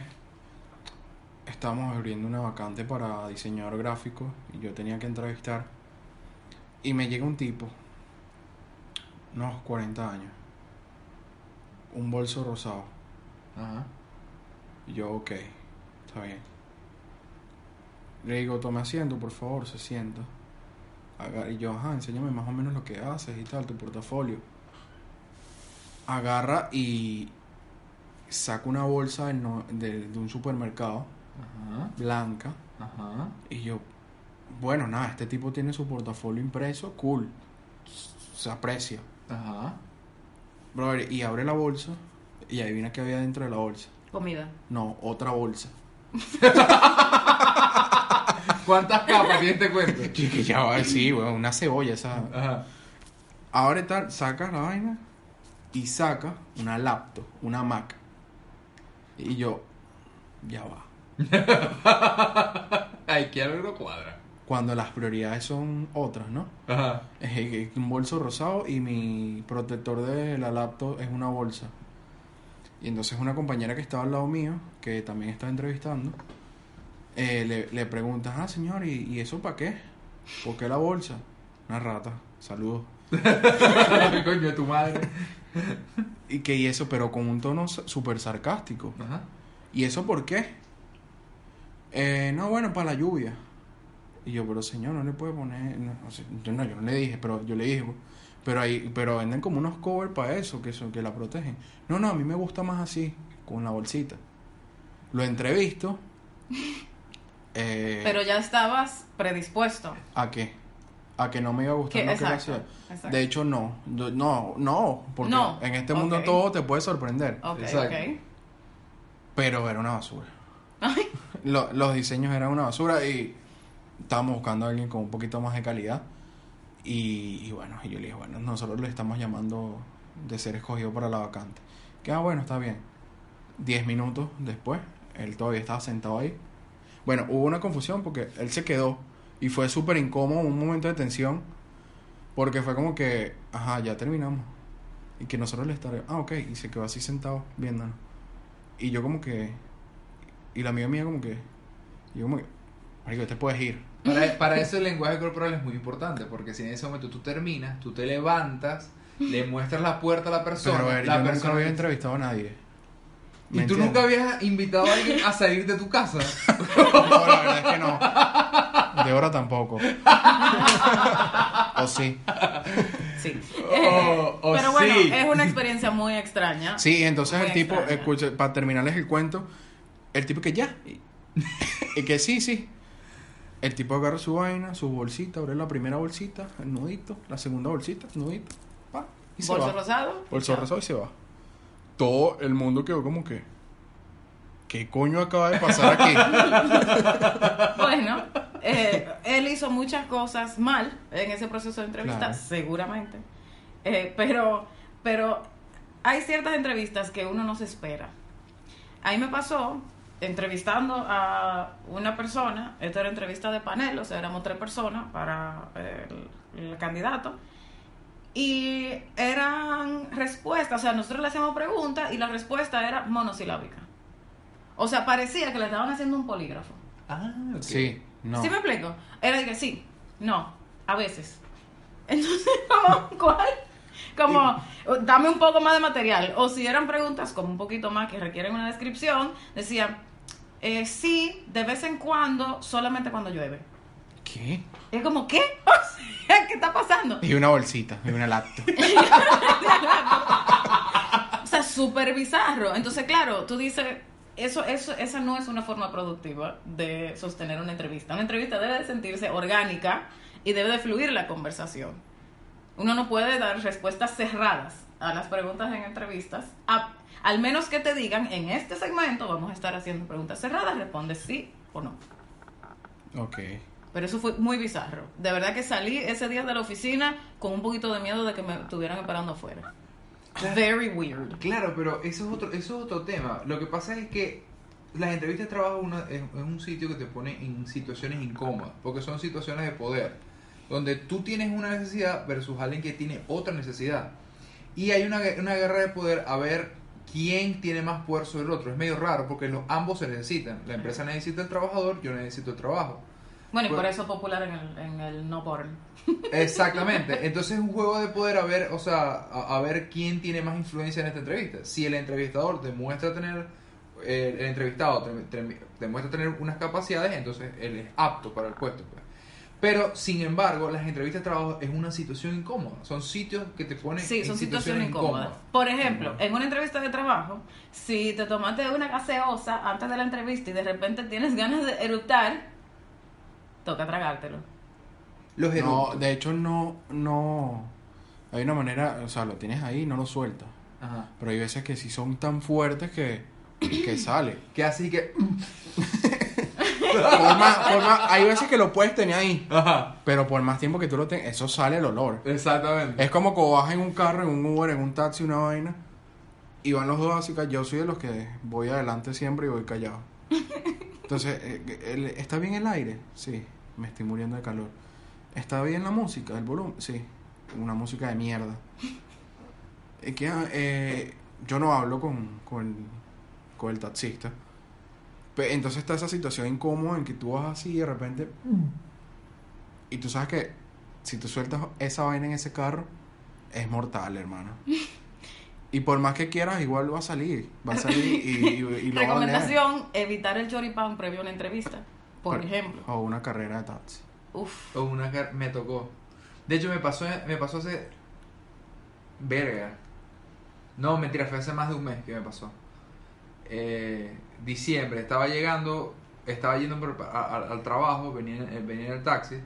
[SPEAKER 1] Estábamos abriendo una vacante para diseñador gráfico y yo tenía que entrevistar. Y me llega un tipo, unos 40 años, un bolso rosado.
[SPEAKER 2] Ajá.
[SPEAKER 1] Y yo, ok, está bien. Le digo, tome asiento, por favor, se sienta. Agar- y yo, ajá, enséñame más o menos lo que haces y tal, tu portafolio. Agarra y saca una bolsa de, no- de- de un supermercado,
[SPEAKER 2] Ajá.
[SPEAKER 1] blanca.
[SPEAKER 2] Ajá.
[SPEAKER 1] Y yo, bueno, nada, este tipo tiene su portafolio impreso, cool. Se aprecia.
[SPEAKER 2] Ajá.
[SPEAKER 1] Brother, y abre la bolsa y adivina qué había dentro de la bolsa.
[SPEAKER 3] Comida.
[SPEAKER 1] No, otra bolsa.
[SPEAKER 2] ¿Cuántas capas tienes te cuento?
[SPEAKER 1] Yo dije, ya va, sí, weón, una cebolla esa.
[SPEAKER 2] Ajá.
[SPEAKER 1] Ahora y tal, sacas la vaina y saca una laptop, una Mac. Y yo, ya va.
[SPEAKER 2] Ay, que algo no cuadra.
[SPEAKER 1] Cuando las prioridades son otras, ¿no?
[SPEAKER 2] Ajá.
[SPEAKER 1] Eh, Un bolso rosado y mi protector de la laptop es una bolsa. Y entonces una compañera que estaba al lado mío, que también estaba entrevistando, eh, le, le pregunta, ah, señor, ¿y, y eso para qué? ¿Por qué la bolsa? Una rata, saludos.
[SPEAKER 2] Coño de tu madre.
[SPEAKER 1] Y que y eso, pero con un tono s- súper sarcástico.
[SPEAKER 2] Ajá.
[SPEAKER 1] ¿Y eso por qué? "Eh, no, bueno, para la lluvia. Y yo, pero señor, no le puede poner. No, o sea, yo, no, yo no le dije, pero yo le dije, pero ahí, pero venden como unos covers para eso, que son, que la protegen. No, no, a mí me gusta más así, con la bolsita. Lo entrevisto. eh,
[SPEAKER 3] Pero ya estabas predispuesto.
[SPEAKER 1] ¿A qué? A que no me iba a gustar
[SPEAKER 3] Que-
[SPEAKER 1] lo que
[SPEAKER 3] exacto,
[SPEAKER 1] le hacía.
[SPEAKER 3] exacto.
[SPEAKER 1] De hecho, no. Yo- No, no. Porque
[SPEAKER 3] No,
[SPEAKER 1] en este mundo
[SPEAKER 3] ok.
[SPEAKER 1] todo te puede sorprender.
[SPEAKER 3] Ok,
[SPEAKER 2] Exacto.
[SPEAKER 3] ok.
[SPEAKER 1] Pero era una basura. Lo- los diseños eran una basura y estábamos buscando a alguien con un poquito más de calidad. Y, y bueno, y yo le dije, bueno, nosotros le estamos llamando de ser escogido para la vacante. Que ah, bueno, está bien. Diez minutos después, él todavía estaba sentado ahí. Bueno, hubo una confusión porque él se quedó y fue súper incómodo, un momento de tensión, porque fue como que, ajá, ya terminamos. Y que nosotros le estaremos, ah, ok, y se quedó así sentado viéndonos. Y yo como que, y la amiga mía como que, y yo como que, marico, te puedes ir.
[SPEAKER 2] Para, para eso el lenguaje corporal es muy importante, porque si en ese momento tú terminas, tú te levantas, le muestras la puerta a la persona,
[SPEAKER 1] Pero a ver,
[SPEAKER 2] la
[SPEAKER 1] yo nunca
[SPEAKER 2] persona
[SPEAKER 1] había entrevistado a nadie.
[SPEAKER 2] y tú nunca habías invitado a alguien a salir de tu casa.
[SPEAKER 1] No, la verdad es que no. De ahora tampoco. o sí.
[SPEAKER 3] Sí.
[SPEAKER 2] Oh, oh,
[SPEAKER 3] Eh, Pero bueno,
[SPEAKER 2] sí.
[SPEAKER 3] es una experiencia muy extraña.
[SPEAKER 1] Sí, entonces
[SPEAKER 3] Muy
[SPEAKER 1] el tipo,
[SPEAKER 3] extraña.
[SPEAKER 1] escucha, para terminarles el cuento, el tipo que ya. Y, y que sí, sí. El tipo agarra su vaina, su bolsita, abre la primera bolsita, el nudito, la segunda bolsita, nudito, pa, y se
[SPEAKER 3] Bolso
[SPEAKER 1] va.
[SPEAKER 3] rosado.
[SPEAKER 1] Bolso rosado y se va. Todo el mundo quedó como que. ¿Qué coño acaba de pasar aquí?
[SPEAKER 3] Bueno, eh, él hizo muchas cosas mal en ese proceso de entrevista,
[SPEAKER 1] Claro.
[SPEAKER 3] seguramente. Eh, pero, pero hay ciertas entrevistas que uno no se espera. Ahí me pasó entrevistando a una persona, esta era entrevista de panel, o sea, éramos tres personas para el, el candidato, y eran respuestas, o sea, nosotros le hacíamos preguntas y la respuesta era monosilábica. O sea, parecía que le estaban haciendo un polígrafo.
[SPEAKER 2] Ah, ok.
[SPEAKER 1] Sí, no.
[SPEAKER 3] ¿Sí me explico? Era de que sí, no, a veces. Entonces, como, ¿cuál? Como, dame un poco más de material. O si eran preguntas como un poquito más que requieren una descripción, decía, eh, sí, de vez en cuando, solamente cuando llueve.
[SPEAKER 1] ¿Qué?
[SPEAKER 3] Es como, ¿qué? O sea, ¿qué está pasando?
[SPEAKER 1] Y una bolsita, y una laptop.
[SPEAKER 3] O sea, súper bizarro. Entonces, claro, tú dices, eso, eso, esa no es una forma productiva de sostener una entrevista. Una entrevista debe de sentirse orgánica y debe de fluir la conversación. Uno no puede dar respuestas cerradas a las preguntas en entrevistas, a- al menos que te digan, en este segmento vamos a estar haciendo preguntas cerradas, responde sí o no.
[SPEAKER 1] ok.
[SPEAKER 3] Pero eso fue muy bizarro. De verdad que salí ese día de la oficina con un poquito de miedo de que me estuvieran esperando afuera. Very weird.
[SPEAKER 2] Claro, pero eso es otro, eso es otro tema. Lo que pasa es que las entrevistas de trabajo es una- es, es un sitio que te pone en situaciones incómodas, porque son situaciones de poder, donde tú tienes una necesidad versus alguien que tiene otra necesidad. Y hay una, gue- una guerra de poder a ver quién tiene más poder sobre el otro. Es medio raro porque los ambos se necesitan. La empresa necesita el trabajador, yo necesito el trabajo.
[SPEAKER 3] Bueno, y por
[SPEAKER 2] Bueno.
[SPEAKER 3] eso popular en el, en el no porn.
[SPEAKER 2] Exactamente. Entonces es un juego de poder a ver, o sea, a, a ver quién tiene más influencia en esta entrevista. Si el entrevistador demuestra tener, eh, el entrevistado tre- tre- demuestra tener unas capacidades, entonces él es apto para el puesto. pues. Pero, sin embargo, las entrevistas de trabajo es una situación incómoda. Son sitios que te ponen
[SPEAKER 3] Sí,
[SPEAKER 2] en
[SPEAKER 3] son situaciones incómodas. Por ejemplo, en una entrevista de trabajo, si te tomaste una gaseosa antes de la entrevista y de repente tienes ganas de eructar, toca tragártelo.
[SPEAKER 2] Los
[SPEAKER 1] No,
[SPEAKER 2] eructos.
[SPEAKER 1] de hecho, no, no. Hay una manera, o sea, lo tienes ahí, no lo sueltas.
[SPEAKER 2] Ajá.
[SPEAKER 1] Pero hay veces que sí son tan fuertes que, que sale.
[SPEAKER 2] Que así que...
[SPEAKER 1] Por más- por más- hay veces que lo puedes tener ahí,
[SPEAKER 2] Ajá.
[SPEAKER 1] pero por más tiempo que tú lo tengas, eso sale el olor.
[SPEAKER 2] Exactamente.
[SPEAKER 1] Es como cuando vas en un carro, en un Uber, en un taxi, una vaina, y van los dos así, ca- yo soy de los que voy adelante siempre y voy callado. Entonces, eh, el- ¿está bien el aire? Sí, me estoy muriendo de calor. ¿Está bien la música, el volumen? Sí, una música de mierda. Eh, que, ah, eh, yo no hablo con, con, con el taxista. Pe- Entonces está esa situación incómoda en que tú vas así y de repente... Y tú sabes que si tú sueltas esa vaina en ese carro, es mortal, hermano. Y por más que quieras, igual va a salir. Va a salir y, y, y lo va a oler.
[SPEAKER 3] Recomendación, evitar el choripán previo a una entrevista, por ejemplo.
[SPEAKER 1] O una carrera de taxi.
[SPEAKER 3] Uf.
[SPEAKER 2] O una car- me tocó. De hecho, me pasó, me pasó hace. Verga. No, mentira, fue hace más de un mes que me pasó. Eh, diciembre, estaba llegando, estaba yendo por- a- a- al trabajo, venía, en- eh, venía en el taxi.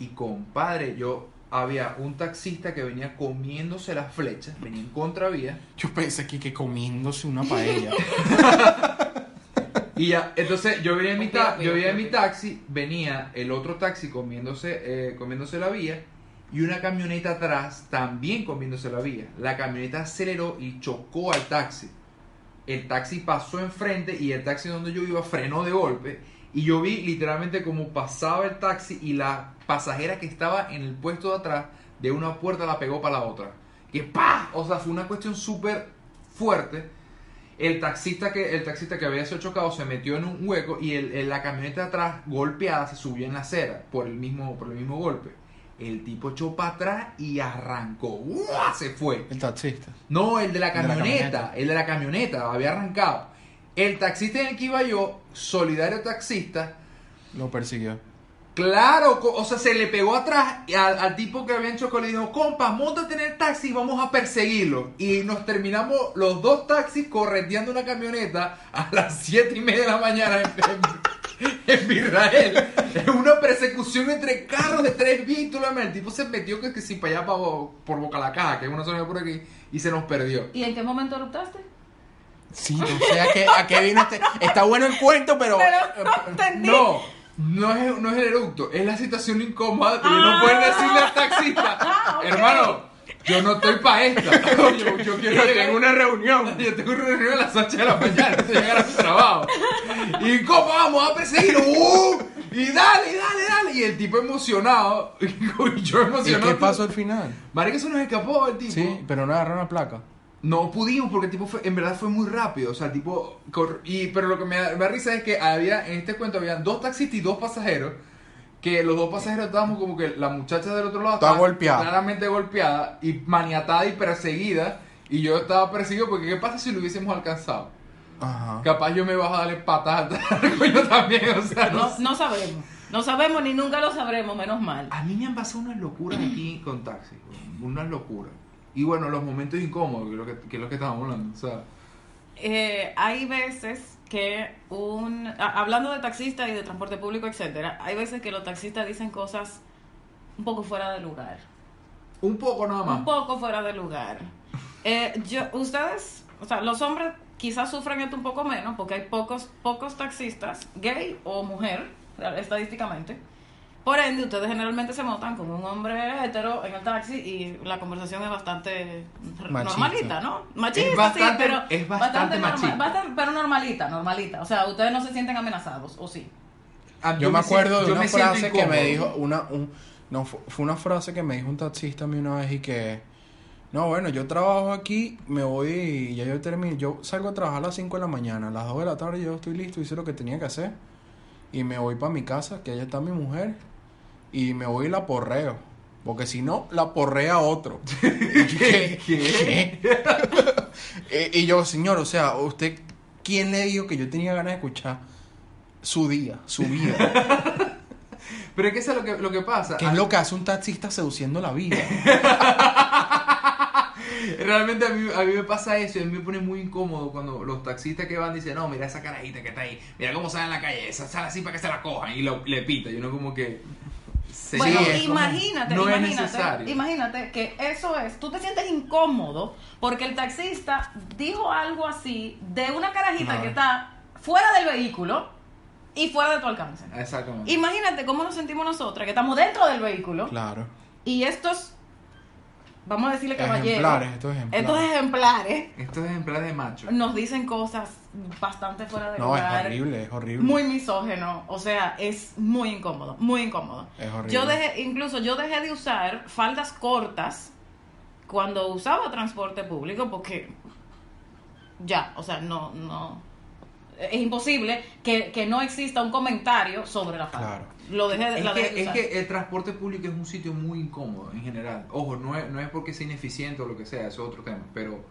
[SPEAKER 2] Y compadre, yo había un taxista que venía comiéndose las flechas, venía en contravía.
[SPEAKER 1] Yo pensé aquí que comiéndose una paella.
[SPEAKER 2] Y ya, entonces yo venía en mi,
[SPEAKER 3] Ok,
[SPEAKER 2] ta-
[SPEAKER 3] ok,
[SPEAKER 2] yo venía en
[SPEAKER 3] ok,
[SPEAKER 2] mi
[SPEAKER 3] ok.
[SPEAKER 2] taxi, venía el otro taxi comiéndose, eh, comiéndose la vía y una camioneta atrás también comiéndose la vía. La camioneta aceleró y chocó al taxi. El taxi pasó enfrente y el taxi donde yo iba frenó de golpe. Y yo vi literalmente como pasaba el taxi y la pasajera que estaba en el puesto de atrás de una puerta la pegó para la otra. Que pa, o sea, fue una cuestión súper fuerte. El taxista que el taxista que había sido chocado se metió en un hueco y el, el- la camioneta de atrás golpeada se subió en la acera por el mismo por el mismo golpe. El tipo echó para atrás y arrancó. ¡Uah! Se fue.
[SPEAKER 1] El taxista.
[SPEAKER 2] No, el de la
[SPEAKER 1] De la
[SPEAKER 2] camioneta,
[SPEAKER 1] camioneta.
[SPEAKER 2] el de la camioneta, había arrancado. El taxista en el que iba yo, solidario taxista,
[SPEAKER 1] Lo persiguió.
[SPEAKER 2] claro, co- o sea, se le pegó atrás y al, al tipo que habían chocado y le dijo, compa, montate en el taxi y vamos a perseguirlo. Y nos terminamos los dos taxis correteando una camioneta a las siete y media de la mañana en, en, en Israel. Es una persecución entre carros de tres víctimas. El tipo se metió que, que si para allá, pa' bo- por Boca la Caja, que es una zona por aquí, y se nos perdió.
[SPEAKER 3] ¿Y en qué momento eructaste?
[SPEAKER 1] Sí, no sé a qué, a qué vino este. Está bueno el cuento, pero.
[SPEAKER 3] Pero no entendí.
[SPEAKER 2] No, no es, no es el eructo, es la situación incómoda que yo
[SPEAKER 3] Ah.
[SPEAKER 2] no puedo decirle al taxista.
[SPEAKER 3] Ah, ok.
[SPEAKER 2] Hermano, Yo no estoy para esta. Yo, yo quiero llegar
[SPEAKER 1] Tengo una reunión.
[SPEAKER 2] Yo tengo una reunión a las 8 de la mañana, estoy llegar a mi trabajo. ¿Y cómo vamos a perseguirlo? ¡Uh! Y dale, dale, dale. Y el tipo emocionado. Y yo
[SPEAKER 1] ¿Y
[SPEAKER 2] emocionado.
[SPEAKER 1] qué pasó al final?
[SPEAKER 2] Marica se nos escapó el tipo.
[SPEAKER 1] Sí, pero no agarraron la placa.
[SPEAKER 2] No pudimos porque el tipo fue, en verdad fue muy rápido. O sea, el tipo. cor- y, pero lo que me da, me da risa es que había, en este cuento había dos taxistas y dos pasajeros. Que los dos pasajeros estábamos como que la muchacha del otro lado
[SPEAKER 1] Está golpeada.
[SPEAKER 2] Claramente golpeada y maniatada y perseguida. Y yo estaba perseguido porque ¿qué pasa si lo hubiésemos alcanzado?
[SPEAKER 1] Ajá.
[SPEAKER 2] Capaz yo me bajo a darle patadas al coño también. O sea, no
[SPEAKER 3] No, no sabemos. No sabemos ni nunca lo sabremos, menos mal.
[SPEAKER 2] A mí me han pasado unas locuras aquí con taxi, güey, unas locuras. Y bueno, los momentos incómodos, que es lo que, que es lo que estábamos hablando. O sea,
[SPEAKER 3] Eh, hay veces que un... a- hablando de taxista y de transporte público, etcétera, hay veces que los taxistas dicen cosas un poco fuera de lugar.
[SPEAKER 2] un poco nada más.
[SPEAKER 3] Un poco fuera de lugar. Eh, yo, ustedes, o sea, los hombres quizás sufren esto un poco menos porque hay pocos, pocos taxistas, gay o mujer, estadísticamente. Por ende, ustedes generalmente se montan con un hombre hetero en el taxi y la conversación es bastante
[SPEAKER 1] Machista.
[SPEAKER 3] normalita, ¿no? Machista,
[SPEAKER 2] Es bastante-
[SPEAKER 3] sí, pero
[SPEAKER 2] es bastante machista.
[SPEAKER 3] bastante- pero normalita, normalita. O sea, ustedes no se sienten amenazados, ¿o sí?
[SPEAKER 2] Ah,
[SPEAKER 1] Yo me acuerdo
[SPEAKER 2] siento-
[SPEAKER 1] de
[SPEAKER 2] yo
[SPEAKER 1] una
[SPEAKER 2] me siento
[SPEAKER 1] frase que me
[SPEAKER 2] incómodo.
[SPEAKER 1] dijo una un, no fu- fue una frase que me dijo un taxista a mí una vez y que no, bueno, yo trabajo aquí, me voy y ya yo termino, yo salgo a trabajar a las 5 de la mañana, a las 2 de la tarde yo estoy listo, hice lo que tenía que hacer y me voy para mi casa, que allá está mi mujer y me voy y la porreo, porque si no la porrea otro. ¿Qué?
[SPEAKER 2] ¿Qué?
[SPEAKER 1] Eh, y yo, señor, o sea, usted, ¿quién le dijo que yo tenía ganas de escuchar su día, su vida?
[SPEAKER 2] Pero es que eso es lo que, lo que pasa.
[SPEAKER 1] ¿Qué es lo que hace un taxista seduciendo la vida?
[SPEAKER 2] Realmente a mí, a mí me pasa eso y a mí me pone muy incómodo cuando los taxistas que van dicen, no, mira esa carajita que está ahí, mira cómo sale en la calle, esa sale así para que se la cojan y lo- le pita. Y uno como que... se-
[SPEAKER 3] bueno,
[SPEAKER 1] es como-
[SPEAKER 3] imagínate,
[SPEAKER 2] no es
[SPEAKER 3] imagínate,
[SPEAKER 2] necesario.
[SPEAKER 3] imagínate que eso es, tú te sientes incómodo porque el taxista dijo algo así de una carajita
[SPEAKER 1] Ajá.
[SPEAKER 3] que está fuera del vehículo y fuera de tu alcance.
[SPEAKER 2] Exactamente.
[SPEAKER 3] Imagínate cómo nos sentimos nosotras, que estamos dentro del vehículo
[SPEAKER 1] Claro.
[SPEAKER 3] y estos, vamos a decirle caballeros,
[SPEAKER 1] Ejemplares, estos ejemplares.
[SPEAKER 3] estos ejemplares
[SPEAKER 2] Esto es en plan de macho.
[SPEAKER 3] nos dicen cosas bastante fuera de
[SPEAKER 1] no, es
[SPEAKER 3] lugar,
[SPEAKER 1] horrible, es horrible.
[SPEAKER 3] muy misógeno, o sea, es muy incómodo, muy incómodo.
[SPEAKER 1] Es horrible.
[SPEAKER 3] Yo dejé, incluso yo dejé de usar faldas cortas cuando usaba transporte público porque ya, o sea, no, no. Es imposible que, que no exista un comentario sobre la falda.
[SPEAKER 1] Claro.
[SPEAKER 3] Lo dejé de,
[SPEAKER 2] Es
[SPEAKER 3] la dejé de
[SPEAKER 2] que, es
[SPEAKER 3] usar.
[SPEAKER 2] que el transporte público es un sitio muy incómodo en general. Ojo, no es, no es porque sea ineficiente o lo que sea, eso es otro tema. Pero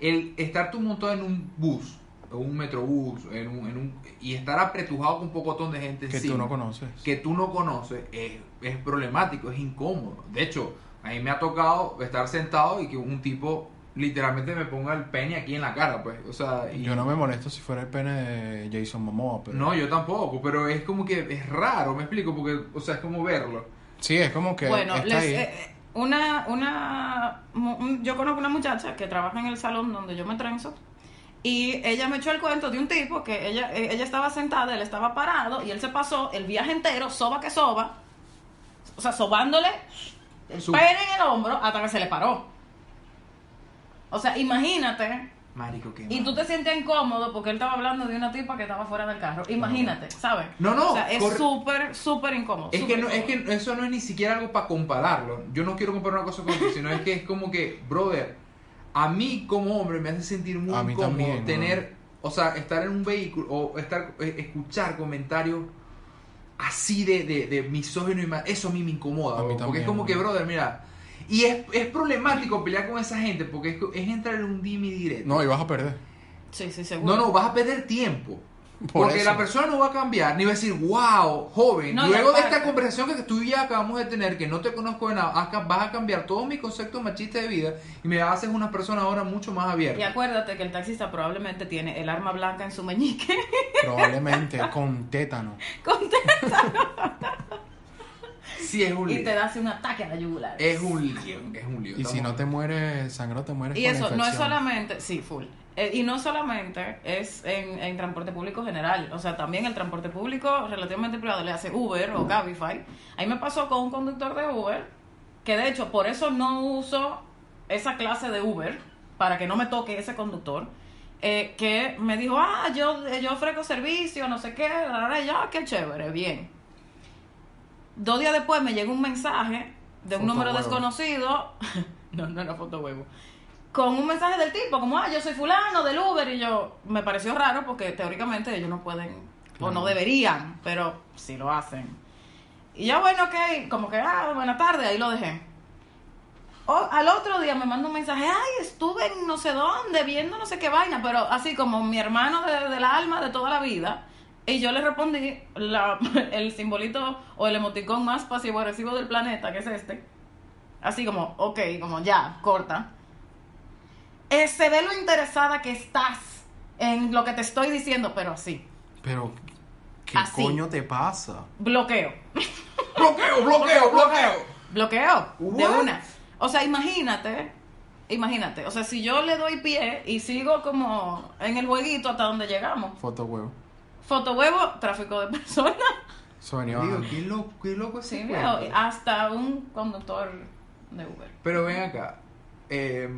[SPEAKER 2] el estar tú montado en un bus, o un metrobús, en un, en un- y estar apretujado con un pocotón de gente
[SPEAKER 1] Que tú
[SPEAKER 2] encima,
[SPEAKER 1] no conoces.
[SPEAKER 2] que tú no conoces, es, es problemático, es incómodo. De hecho, a mí me ha tocado estar sentado y que un tipo literalmente me ponga el pene aquí en la cara, pues. O sea, y-
[SPEAKER 1] Yo no me molesto si fuera el pene de Jason Momoa, pero...
[SPEAKER 2] no, yo tampoco, pero es como que es raro, me explico, porque, o sea, es como verlo.
[SPEAKER 1] Sí, es como que
[SPEAKER 3] Bueno,
[SPEAKER 1] está
[SPEAKER 3] les-
[SPEAKER 1] ahí.
[SPEAKER 3] eh, eh, una, una, mu- un- yo conozco una muchacha que trabaja en el salón donde yo me trenzo y ella me echó el cuento de un tipo que ella, eh, ella estaba sentada, él estaba parado y él se pasó el viaje entero, soba que soba, o sea, sobándole el
[SPEAKER 2] Su-
[SPEAKER 3] pene en el hombro hasta que se le paró. O sea, imagínate,
[SPEAKER 2] Marico, qué
[SPEAKER 3] y tú
[SPEAKER 2] mal.
[SPEAKER 3] te sientes incómodo porque él estaba hablando de una tipa que estaba fuera del carro. Imagínate, ¿sabes?
[SPEAKER 2] No, no,
[SPEAKER 3] O sea, es
[SPEAKER 2] corre-
[SPEAKER 3] súper, súper incómodo.
[SPEAKER 2] Es que,
[SPEAKER 3] súper
[SPEAKER 2] no, es
[SPEAKER 3] incómodo.
[SPEAKER 2] que eso no es ni siquiera algo para compararlo. Yo no quiero comparar una cosa con otra, sino es que es como que, brother, a mí como hombre me hace sentir muy
[SPEAKER 1] A mí
[SPEAKER 2] incómodo
[SPEAKER 1] también,
[SPEAKER 2] tener, o sea, estar en un vehículo o estar eh, escuchar comentarios así de, de, de misógino y más. Eso a mí me incomoda,
[SPEAKER 1] A mí
[SPEAKER 2] bro, porque
[SPEAKER 1] también,
[SPEAKER 2] es como que,
[SPEAKER 1] bro.
[SPEAKER 2] brother, mira. Y es, es problemático pelear con esa gente porque es, es entrar en un dime y directo.
[SPEAKER 1] No, y vas a perder.
[SPEAKER 3] Sí, sí, seguro.
[SPEAKER 2] No, no, vas a perder tiempo.
[SPEAKER 1] Por
[SPEAKER 2] porque
[SPEAKER 1] eso.
[SPEAKER 2] la persona no va a cambiar, ni va a decir, wow, joven,
[SPEAKER 3] No, y
[SPEAKER 2] luego de
[SPEAKER 3] aparte-
[SPEAKER 2] esta conversación que tú y yo acabamos de tener, que no te conozco de nada, acá vas a cambiar todos mis conceptos machistas de vida y me haces una persona ahora mucho más
[SPEAKER 3] Y
[SPEAKER 2] abierta.
[SPEAKER 3] acuérdate que el taxista probablemente tiene el arma blanca en su meñique.
[SPEAKER 1] Probablemente con tétano.
[SPEAKER 3] con te-
[SPEAKER 2] Sí, es un
[SPEAKER 3] y te
[SPEAKER 2] lío.
[SPEAKER 3] da así un ataque a la yugular.
[SPEAKER 2] Es un lío, es un lío.
[SPEAKER 1] Y si no
[SPEAKER 2] Estamos-
[SPEAKER 1] te mueres sangrado, te mueres
[SPEAKER 3] Y
[SPEAKER 1] con
[SPEAKER 3] eso no es
[SPEAKER 1] infección.
[SPEAKER 3] solamente, sí, full. Eh, y no solamente es en, en transporte público general, o sea, también el transporte público relativamente privado le hace Uber o Cabify. Ahí me pasó con un conductor de Uber, que de hecho por eso no uso esa clase de Uber para que no me toque ese conductor. eh, que me dijo, ah, yo, yo ofrezco servicio, no sé qué, la, la, la, y yo, "Ah, qué chévere, bien. Dos días después me llegó un mensaje de un
[SPEAKER 1] Foto
[SPEAKER 3] número
[SPEAKER 1] huevo.
[SPEAKER 3] desconocido, no, no era foto huevo, con un mensaje del tipo, como, ah, yo soy fulano del Uber, y yo, me pareció raro porque teóricamente ellos no pueden, o no
[SPEAKER 1] Claro.
[SPEAKER 3] deberían, pero sí lo hacen. Y yo, bueno, ok, como que, ah, buena tarde, ahí lo dejé. O- al otro día me manda un mensaje, ay, estuve en no sé dónde, viendo no sé qué vaina, pero así como mi hermano de- del alma de toda la vida. Y yo le respondí la- el simbolito o el emoticón más pasivo agresivo del planeta, que es este. Así como, ok, como ya, corta. Eh, se ve lo interesada que estás en lo que te estoy diciendo, pero así.
[SPEAKER 1] Pero, ¿qué
[SPEAKER 3] Así.
[SPEAKER 1] coño te pasa?
[SPEAKER 3] Bloqueo.
[SPEAKER 2] Bloqueo, bloqueo, bloqueo.
[SPEAKER 3] Bloqueo de
[SPEAKER 1] What?
[SPEAKER 3] una. O sea, imagínate, imagínate. O sea, si yo le doy pie y sigo como en el jueguito hasta donde llegamos.
[SPEAKER 1] Foto huevo.
[SPEAKER 3] Fotohuevo, tráfico de personas.
[SPEAKER 1] Sonido.
[SPEAKER 2] Digo,
[SPEAKER 1] bajando.
[SPEAKER 2] qué loco, qué loco ese
[SPEAKER 3] Sí,
[SPEAKER 2] cuento.
[SPEAKER 3] veo, hasta un conductor de Uber.
[SPEAKER 2] Pero ven acá. eh,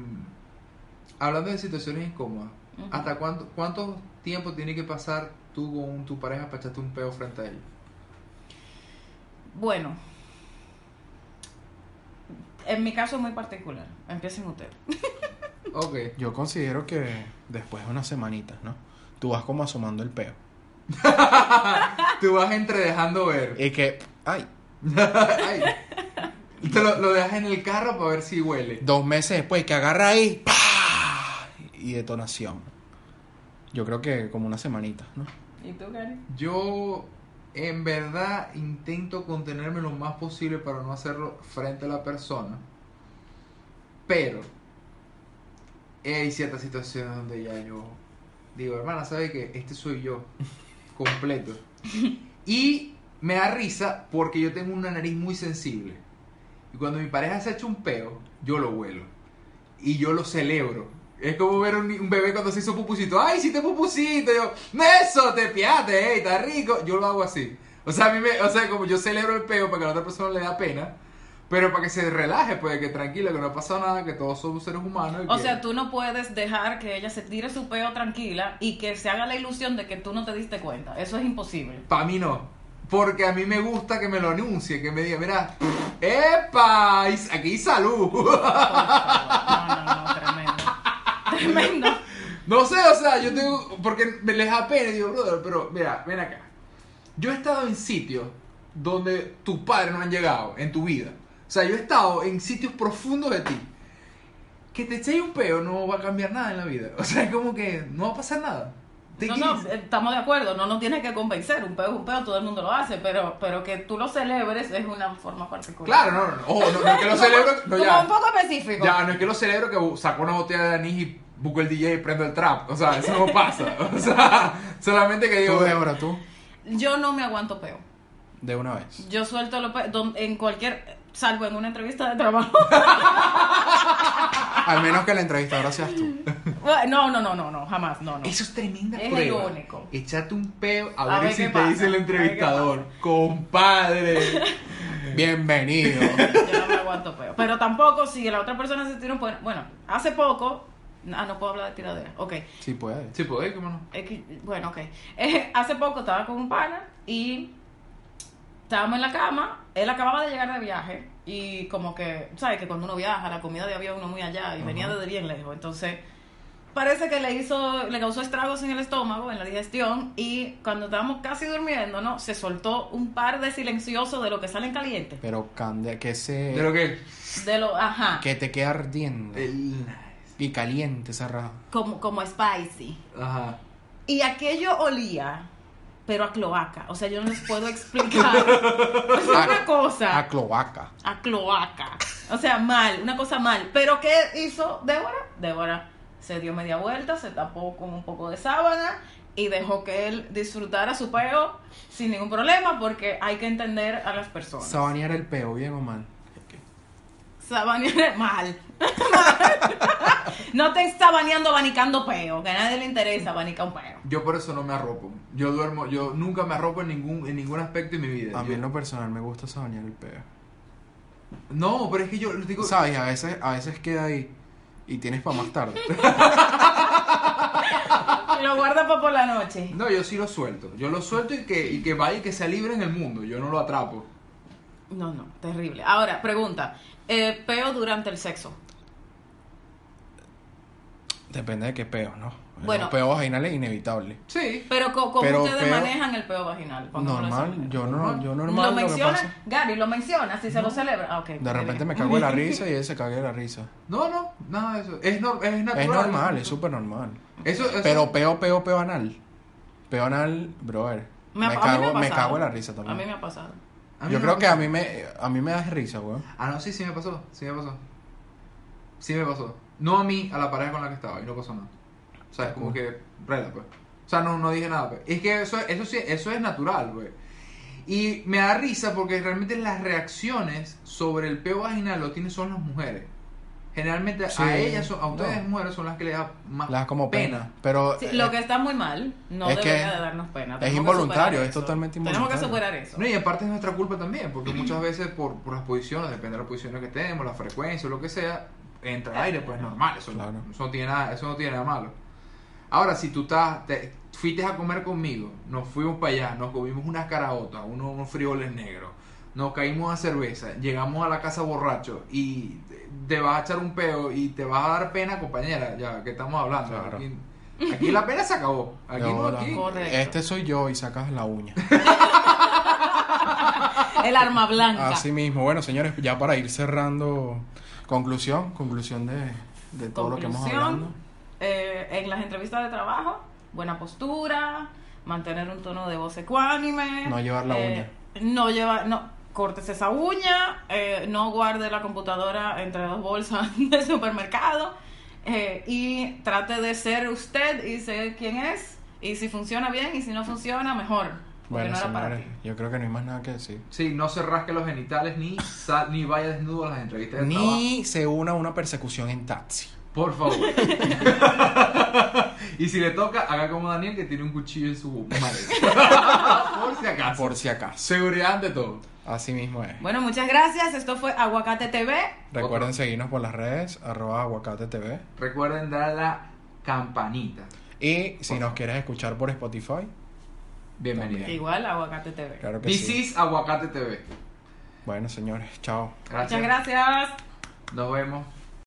[SPEAKER 2] hablando de situaciones incómodas,
[SPEAKER 3] Ujú.
[SPEAKER 2] ¿hasta cuánto, cuánto tiempo tiene que pasar tú con tu pareja para echarte un peo frente a ellos?
[SPEAKER 3] Bueno, en mi caso muy particular. Empiecen ustedes.
[SPEAKER 2] Ok.
[SPEAKER 1] Yo considero que después de unas semanitas, ¿no? Tú vas como asomando el peo.
[SPEAKER 2] Tú vas entre dejando ver.
[SPEAKER 1] Y que, ay,
[SPEAKER 2] Ay. Te lo, lo dejas en el carro para ver si huele.
[SPEAKER 1] dos meses después que agarra ahí, ¡pah! y detonación. Yo creo que como una semanita, ¿no?
[SPEAKER 3] ¿Y tú, Karen?
[SPEAKER 2] Yo en verdad intento contenerme lo más posible para no hacerlo frente a la persona. Pero hay ciertas situaciones donde ya yo digo, hermana, ¿sabe que Este soy yo, completo. Y me da risa porque yo tengo una nariz muy sensible. Y cuando mi pareja se echa un peo, yo lo huelo. Y yo lo celebro. Es como ver un, un bebé cuando se hizo pupusito. ¡Ay, hiciste pupusito! Yo, ¡Eso! ¡Te piaste! ¡Ey, está rico! Yo lo hago así. O sea, a mí me, o sea, como yo celebro el peo para que a la otra persona le da pena, pero para que se relaje, pues, que tranquila, que no ha pasado nada, que todos somos seres humanos. y
[SPEAKER 3] O
[SPEAKER 2] que-
[SPEAKER 3] sea, tú no puedes dejar que ella se tire su peo tranquila y que se haga la ilusión de que tú no te diste cuenta. Eso es imposible.
[SPEAKER 2] Para mí no. Porque a mí me gusta que me lo anuncie, que me diga, mira, ¡epa! Hay- Aquí hay salud.
[SPEAKER 3] Por favor. No, no, no, tremendo. Tremendo.
[SPEAKER 2] No sé, o sea, yo tengo. Porque me les da pena, y digo, brother, pero mira, ven acá. Yo he estado en sitios donde tus padres no han llegado en tu vida. O sea, yo he estado en sitios profundos de ti. Que te echéis un peo no va a cambiar nada en la vida. O sea, es como que no va a pasar nada. Te
[SPEAKER 3] No,
[SPEAKER 2] quieres-
[SPEAKER 3] no, estamos de acuerdo, no nos tienes que convencer, un peo es un peo, todo el mundo lo hace, pero, pero que tú lo celebres es una forma particular.
[SPEAKER 2] Claro, no, no, no, ojo, no, no es que lo celebro. No,
[SPEAKER 3] Como
[SPEAKER 2] ya.
[SPEAKER 3] un poco específico.
[SPEAKER 2] Ya, no es que lo celebro que saco una botella de anís y busco el DJ y prendo el trap. O sea, eso no pasa. O sea, solamente que digo.
[SPEAKER 1] Tú, Débora, tú,
[SPEAKER 3] Yo no me aguanto peo.
[SPEAKER 1] de una vez.
[SPEAKER 3] Yo suelto los peos don- en cualquier, salvo en una entrevista de trabajo.
[SPEAKER 1] Al menos que la entrevistadora seas tú.
[SPEAKER 3] no, no, no, no, no, jamás, no, no.
[SPEAKER 2] Eso es tremenda
[SPEAKER 3] Es
[SPEAKER 2] prueba.
[SPEAKER 3] lo único.
[SPEAKER 2] Echate un peo a,
[SPEAKER 3] A
[SPEAKER 2] ver,
[SPEAKER 3] ver
[SPEAKER 2] si
[SPEAKER 3] qué
[SPEAKER 2] te
[SPEAKER 3] pasa,
[SPEAKER 2] dice el
[SPEAKER 3] a ver qué
[SPEAKER 2] entrevistador. Compadre.
[SPEAKER 1] Bienvenido.
[SPEAKER 3] Yo no me aguanto peo. Pero tampoco si la otra persona se tira un peo. Bueno, hace poco, ah, no puedo hablar de tiradera, ok.
[SPEAKER 1] Si puedes.
[SPEAKER 2] Sí, puede, cómo no.
[SPEAKER 3] Es que- bueno, ok. Eh, hace poco estaba con un pana y estábamos en la cama. Él acababa de llegar de viaje y como que, ¿sabes? Que cuando uno viaja, la comida de avión uno muy allá y venía desde bien lejos. Entonces, parece que le hizo, le causó estragos en el estómago, en la digestión y cuando estábamos casi durmiendo, ¿no? Se soltó un par de silenciosos de lo que salen calientes.
[SPEAKER 1] Pero cande que
[SPEAKER 2] De
[SPEAKER 1] se...
[SPEAKER 2] lo que.
[SPEAKER 3] De lo, ajá.
[SPEAKER 1] Que te queda ardiendo.
[SPEAKER 2] el-
[SPEAKER 1] Y caliente, cerrado.
[SPEAKER 3] Como, como spicy.
[SPEAKER 2] Ajá.
[SPEAKER 3] Y aquello olía, pero a cloaca. O sea, yo no les puedo explicar. es una cosa.
[SPEAKER 1] A cloaca.
[SPEAKER 3] A cloaca. O sea, mal, una cosa mal. Pero ¿qué hizo Débora? Débora se dio media vuelta, se tapó con un poco de sábana y dejó que él disfrutara su peo sin ningún problema porque hay que entender a las personas.
[SPEAKER 1] Sabanear el peo, bien o mal.
[SPEAKER 3] Sabanear mal. no te está baneando abanicando peo, que a nadie le interesa abanicar un peo.
[SPEAKER 2] Yo por eso no me arropo. Yo duermo, yo nunca me arropo en ningún, en ningún aspecto de mi vida.
[SPEAKER 1] A mí
[SPEAKER 2] Yo-
[SPEAKER 1] en lo personal me gusta sabanear el peo.
[SPEAKER 2] No, pero es que yo digo.
[SPEAKER 1] Sabes, a veces, a veces queda ahí. y tienes para más tarde.
[SPEAKER 3] Lo guarda para por la noche.
[SPEAKER 2] No, yo sí lo suelto. Yo lo suelto y que, y que vaya y que sea libre en el mundo. Yo no lo atrapo.
[SPEAKER 3] No, no, terrible. Ahora, pregunta. Eh, peo durante el sexo.
[SPEAKER 1] Depende de qué peo, ¿no?
[SPEAKER 3] Bueno.
[SPEAKER 1] Los peos vaginales inevitable.
[SPEAKER 2] Sí.
[SPEAKER 3] Pero co- ¿cómo
[SPEAKER 1] Pero
[SPEAKER 3] ustedes
[SPEAKER 1] peo-
[SPEAKER 3] manejan el peo vaginal? Pongámoslo de esa
[SPEAKER 1] Normal,
[SPEAKER 3] manera.
[SPEAKER 1] yo no,
[SPEAKER 2] Normal.
[SPEAKER 1] yo normal
[SPEAKER 3] ¿Lo
[SPEAKER 1] lo, que
[SPEAKER 3] menciona?
[SPEAKER 1] pasa.
[SPEAKER 3] Gary, ¿lo menciona? Si se lo celebra. Ah, ok.
[SPEAKER 1] De repente me cago en la risa y él se caga de la risa.
[SPEAKER 2] No, no, nada de eso. Es, nor- es natural.
[SPEAKER 1] Es normal, es súper normal.
[SPEAKER 2] Eso, eso-
[SPEAKER 1] Pero peo, peo, peo anal. Peo anal, brother.
[SPEAKER 3] Me,
[SPEAKER 1] Me,
[SPEAKER 3] ha- a mí me ha
[SPEAKER 1] cago, me
[SPEAKER 3] pasado.
[SPEAKER 1] cago en la risa
[SPEAKER 3] A mí
[SPEAKER 1] también.
[SPEAKER 3] me ha pasado.
[SPEAKER 2] A mí
[SPEAKER 1] Yo
[SPEAKER 2] no
[SPEAKER 1] creo
[SPEAKER 2] me
[SPEAKER 1] que a
[SPEAKER 2] pasó.
[SPEAKER 1] mí me a mí me das risa, weón.
[SPEAKER 2] Ah, no, sí, sí me pasó. Sí me pasó. Sí me pasó. No a mí, a la pareja con la que estaba. Y no pasó nada. O sea, es como que... Rela, pues. O sea, no, no dije nada, pues. Es que eso, eso, sí, eso es natural, pues. Y me da risa porque realmente las reacciones sobre el peo vaginal lo tienen son las mujeres. Generalmente
[SPEAKER 1] Sí,
[SPEAKER 2] a ellas, son- a ustedes
[SPEAKER 1] no.
[SPEAKER 2] mujeres son las que les da más
[SPEAKER 1] Le das como pena. Pero
[SPEAKER 3] Ah, Sí,
[SPEAKER 1] eh,
[SPEAKER 3] lo que está muy mal, no
[SPEAKER 1] es que
[SPEAKER 3] debería de darnos pena.
[SPEAKER 1] es
[SPEAKER 3] Tenemos que
[SPEAKER 1] involuntario,
[SPEAKER 3] superar
[SPEAKER 1] es
[SPEAKER 3] eso.
[SPEAKER 1] totalmente
[SPEAKER 3] Tenemos que
[SPEAKER 1] involuntario.
[SPEAKER 3] superar eso.
[SPEAKER 2] No, y aparte es nuestra culpa también, porque muchas veces por, por las posiciones, depende de las posiciones que tenemos, la frecuencia o lo que sea, entra el aire, pues normal, eso, no-
[SPEAKER 1] Claro.
[SPEAKER 2] eso no tiene nada, eso no tiene nada malo. Ahora, si tú estás, te- fuiste a comer conmigo, nos fuimos para allá, nos comimos unas caraotas, unos, unos frijoles negros, nos caímos a cerveza, llegamos a la casa borracho y te- te vas a echar un peo y te vas a dar pena, compañera, ya que estamos hablando.
[SPEAKER 1] Claro.
[SPEAKER 2] Aquí, aquí la pena se acabó. Aquí
[SPEAKER 1] yo,
[SPEAKER 2] no,
[SPEAKER 1] la-
[SPEAKER 2] aquí-
[SPEAKER 3] Correcto.
[SPEAKER 1] este soy yo y sacas la uña.
[SPEAKER 3] El arma blanca.
[SPEAKER 1] Así mismo. Bueno, señores, ya para ir cerrando conclusión, conclusión de, de todo lo que hemos
[SPEAKER 3] Conclusión,
[SPEAKER 1] hablado.
[SPEAKER 3] eh, en las entrevistas de trabajo, buena postura, mantener un tono de voz ecuánime.
[SPEAKER 1] No llevar la
[SPEAKER 3] eh, No llevar, no, cortes esa uña, eh, no guarde la computadora entre dos bolsas del supermercado eh, y trate de ser usted y ser quien es. Y si funciona bien y si no funciona, mejor. Porque
[SPEAKER 1] Bueno,
[SPEAKER 3] no era para
[SPEAKER 1] señores,
[SPEAKER 3] ti.
[SPEAKER 1] yo creo que no hay más nada que decir.
[SPEAKER 2] Sí, no se rasque los genitales ni sal- ni vaya desnudo a las entrevistas de trabajo.
[SPEAKER 1] Ni se una a una persecución en taxi.
[SPEAKER 2] Por favor. y si le toca, haga como Daniel que tiene un cuchillo en su maleta. Por si acaso.
[SPEAKER 1] Ah, Por si acaso.
[SPEAKER 2] Seguridad ante todo.
[SPEAKER 1] Así mismo es.
[SPEAKER 3] Bueno, muchas gracias. Esto fue Aguacate TV.
[SPEAKER 1] Recuerden
[SPEAKER 2] Otro.
[SPEAKER 1] seguirnos por las redes, arroba aguacate TV.
[SPEAKER 2] Recuerden dar a la campanita.
[SPEAKER 1] Y si
[SPEAKER 2] Por
[SPEAKER 1] nos
[SPEAKER 2] favor.
[SPEAKER 1] quieres escuchar por Spotify,
[SPEAKER 2] Bienvenida.
[SPEAKER 3] Igual, Aguacate TV.
[SPEAKER 1] claro que
[SPEAKER 2] This
[SPEAKER 1] sí.
[SPEAKER 2] is Aguacate TV.
[SPEAKER 1] Bueno, señores, chao.
[SPEAKER 2] Gracias.
[SPEAKER 3] Muchas gracias.
[SPEAKER 2] Nos vemos.